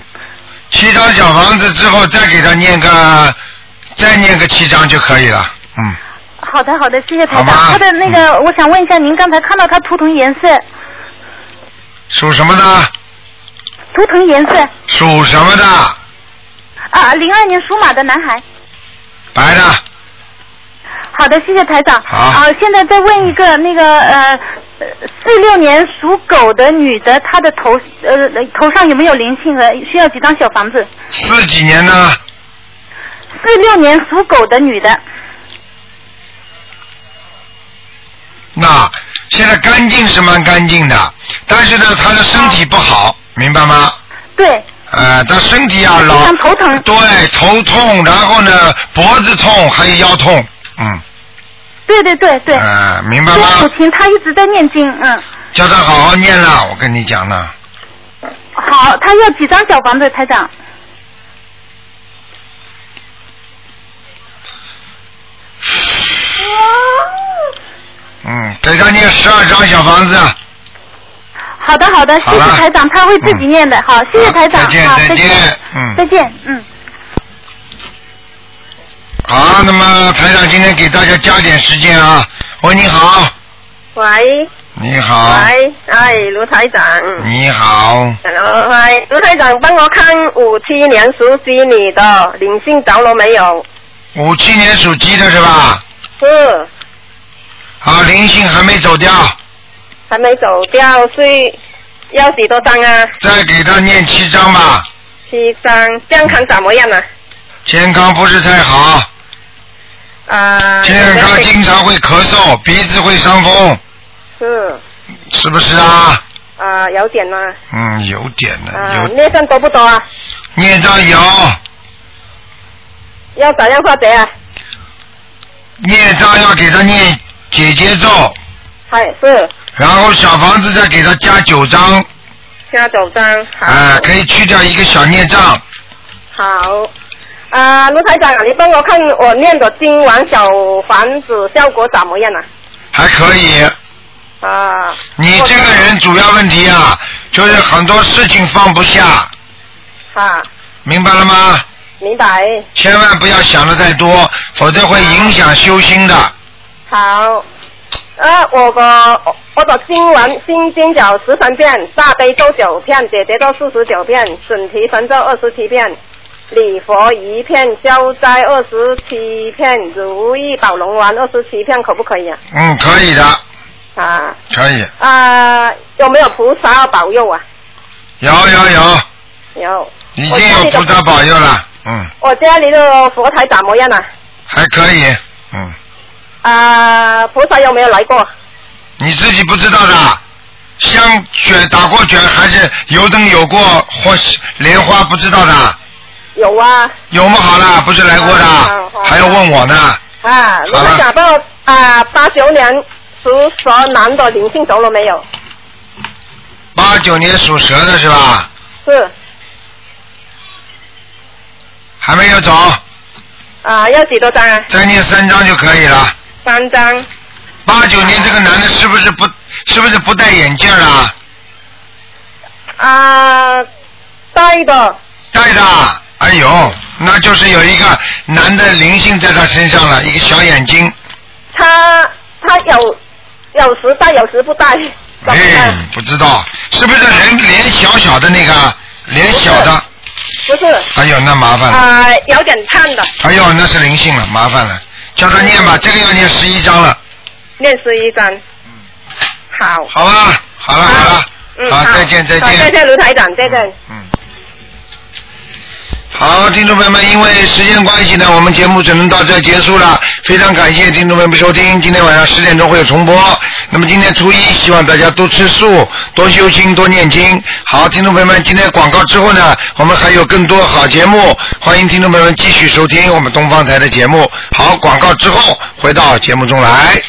S1: 七张小房子之后再给他念个，再念个七张就可以了。嗯，
S12: 好的，好的，谢谢台
S1: 好
S12: 长。
S1: 吗嗯
S12: 他的那个，我想问一下，您刚才看到他图腾颜色，
S1: 属什么的？
S12: 图腾颜色啊
S1: 属什么的？
S12: 啊，零二年属马的男孩，
S1: 白的。
S12: 好的，谢谢台长。
S1: 好
S12: 啊、现在再问一个那个呃，四六年属狗的女的，她的头呃头上有没有灵性和需要几张小房子？
S1: 四几年呢？
S12: 四六年属狗的女的，
S1: 那现在干净是蛮干净的，但是呢，他的身体不好，明白吗？
S12: 对。
S1: 呃，他身体啊老头疼。对，头痛，然后呢，脖子痛，还有腰痛，嗯，
S12: 对对对对。
S1: 呃，明白吗？
S12: 母亲她一直在念经，嗯，
S1: 叫他好好念了，我跟你讲呢，
S12: 好，她要几张小房子，台长？
S1: 嗯，给他念十二张小房子，啊
S12: 好的好的，谢
S1: 好
S12: 谢
S1: 了
S12: 台长，她会自己念的，好，谢谢台长，
S1: 再见
S12: 好，
S1: 再
S12: 再见，
S1: 见，嗯，
S12: 再见，嗯。
S1: 好，那么台长今天给大家加点时间啊，喂，你好，
S13: 喂，
S1: 你好，
S13: 喂，哎，卢台长
S1: 你好，
S13: ，hello，喂，卢台长，帮我看五七年属鸡女的灵性着了没有？
S1: 五七年属鸡的是吧？
S13: 是，
S1: 好，灵性还没走掉，
S13: 还没走掉，是要几多张啊？
S1: 再给他念七张吧，
S13: 七张，健康怎么样啊？
S1: 健康不是太好。
S13: 啊、
S1: 健康经常会咳嗽，鼻子会伤风，
S13: 是，
S1: 是不是啊？
S13: 啊、有点啊，
S1: 嗯，有点呢，
S13: 啊、
S1: 有
S13: 孽障多不多啊？
S1: 孽障有，
S13: 要怎样化解啊？
S1: 孽障要给他念解结咒，
S13: 还是
S1: 然后小房子再给他加九张，啊、
S13: 加九张，
S1: 可以去掉一个小孽障。
S13: 好，啊、卢台长啊，你帮我看我念的今晚小房子效果怎么样啊？
S1: 还可以。
S13: 啊，
S1: 你这个人主要问题啊，就是很多事情放不下，
S13: 啊，
S1: 明白了吗？
S13: 明白，
S1: 千万不要想的太多，否则会影响修心的。
S13: 好。啊，我的我的今晚心经角十三遍，大悲咒九片，姐姐咒四十九片，准提神咒二十七片，礼佛一片，消灾二十七片，如意宝龙丸二十七片，可不可以啊？
S1: 嗯，可以的，
S13: 啊
S1: 可以。
S13: 啊，有没有菩萨保佑啊？
S1: 有有有，
S13: 有。
S1: 已经有菩萨保佑了，嗯，
S13: 我家里的佛台怎么样啊？
S1: 还可以，嗯，
S13: 啊，菩萨有没有来过？
S1: 你自己不知道的，啊香卷打过卷还是油灯有过或是莲花不知道的，
S13: 有啊。
S1: 有么好啦，不是来过的，啊还要问我呢？
S13: 啊，如果想到啊，八九年属蛇男的灵性走了没有？
S1: 八九年属蛇的是吧？
S13: 是
S1: 还没有走，
S13: 啊，要几多张啊？
S1: 再念三张就可以了。
S13: 三张。
S1: 八九年这个男的是不是不是不是不戴眼镜啊？
S13: 啊，带的。
S1: 戴的，哎呦，那就是有一个男的灵性在他身上了，一个小眼睛。
S13: 他他有有时带，有时不带。
S1: 哎，不知道是不是人脸小小的那个脸小的？
S13: 不是
S1: 哎呦，那麻烦了。
S13: 啊，有点胖的，
S1: 哎呦，那是灵性了，麻烦了。叫他念吧，这个要念十一章了。
S13: 念十一张。好。
S1: 嗯好吧，好了好了，
S13: 嗯，
S1: 好再见再见
S13: 好再见，卢台长，再见。
S1: 好，听众朋友们，因为时间关系呢，我们节目只能到这儿结束了。非常感谢听众朋友们收听，今天晚上十点钟会有重播。那么今天初一，希望大家多吃素、多修心、多念经。好，听众朋友们，今天广告之后呢，我们还有更多好节目，欢迎听众朋友们继续收听我们东方台的节目。好，广告之后回到节目中来。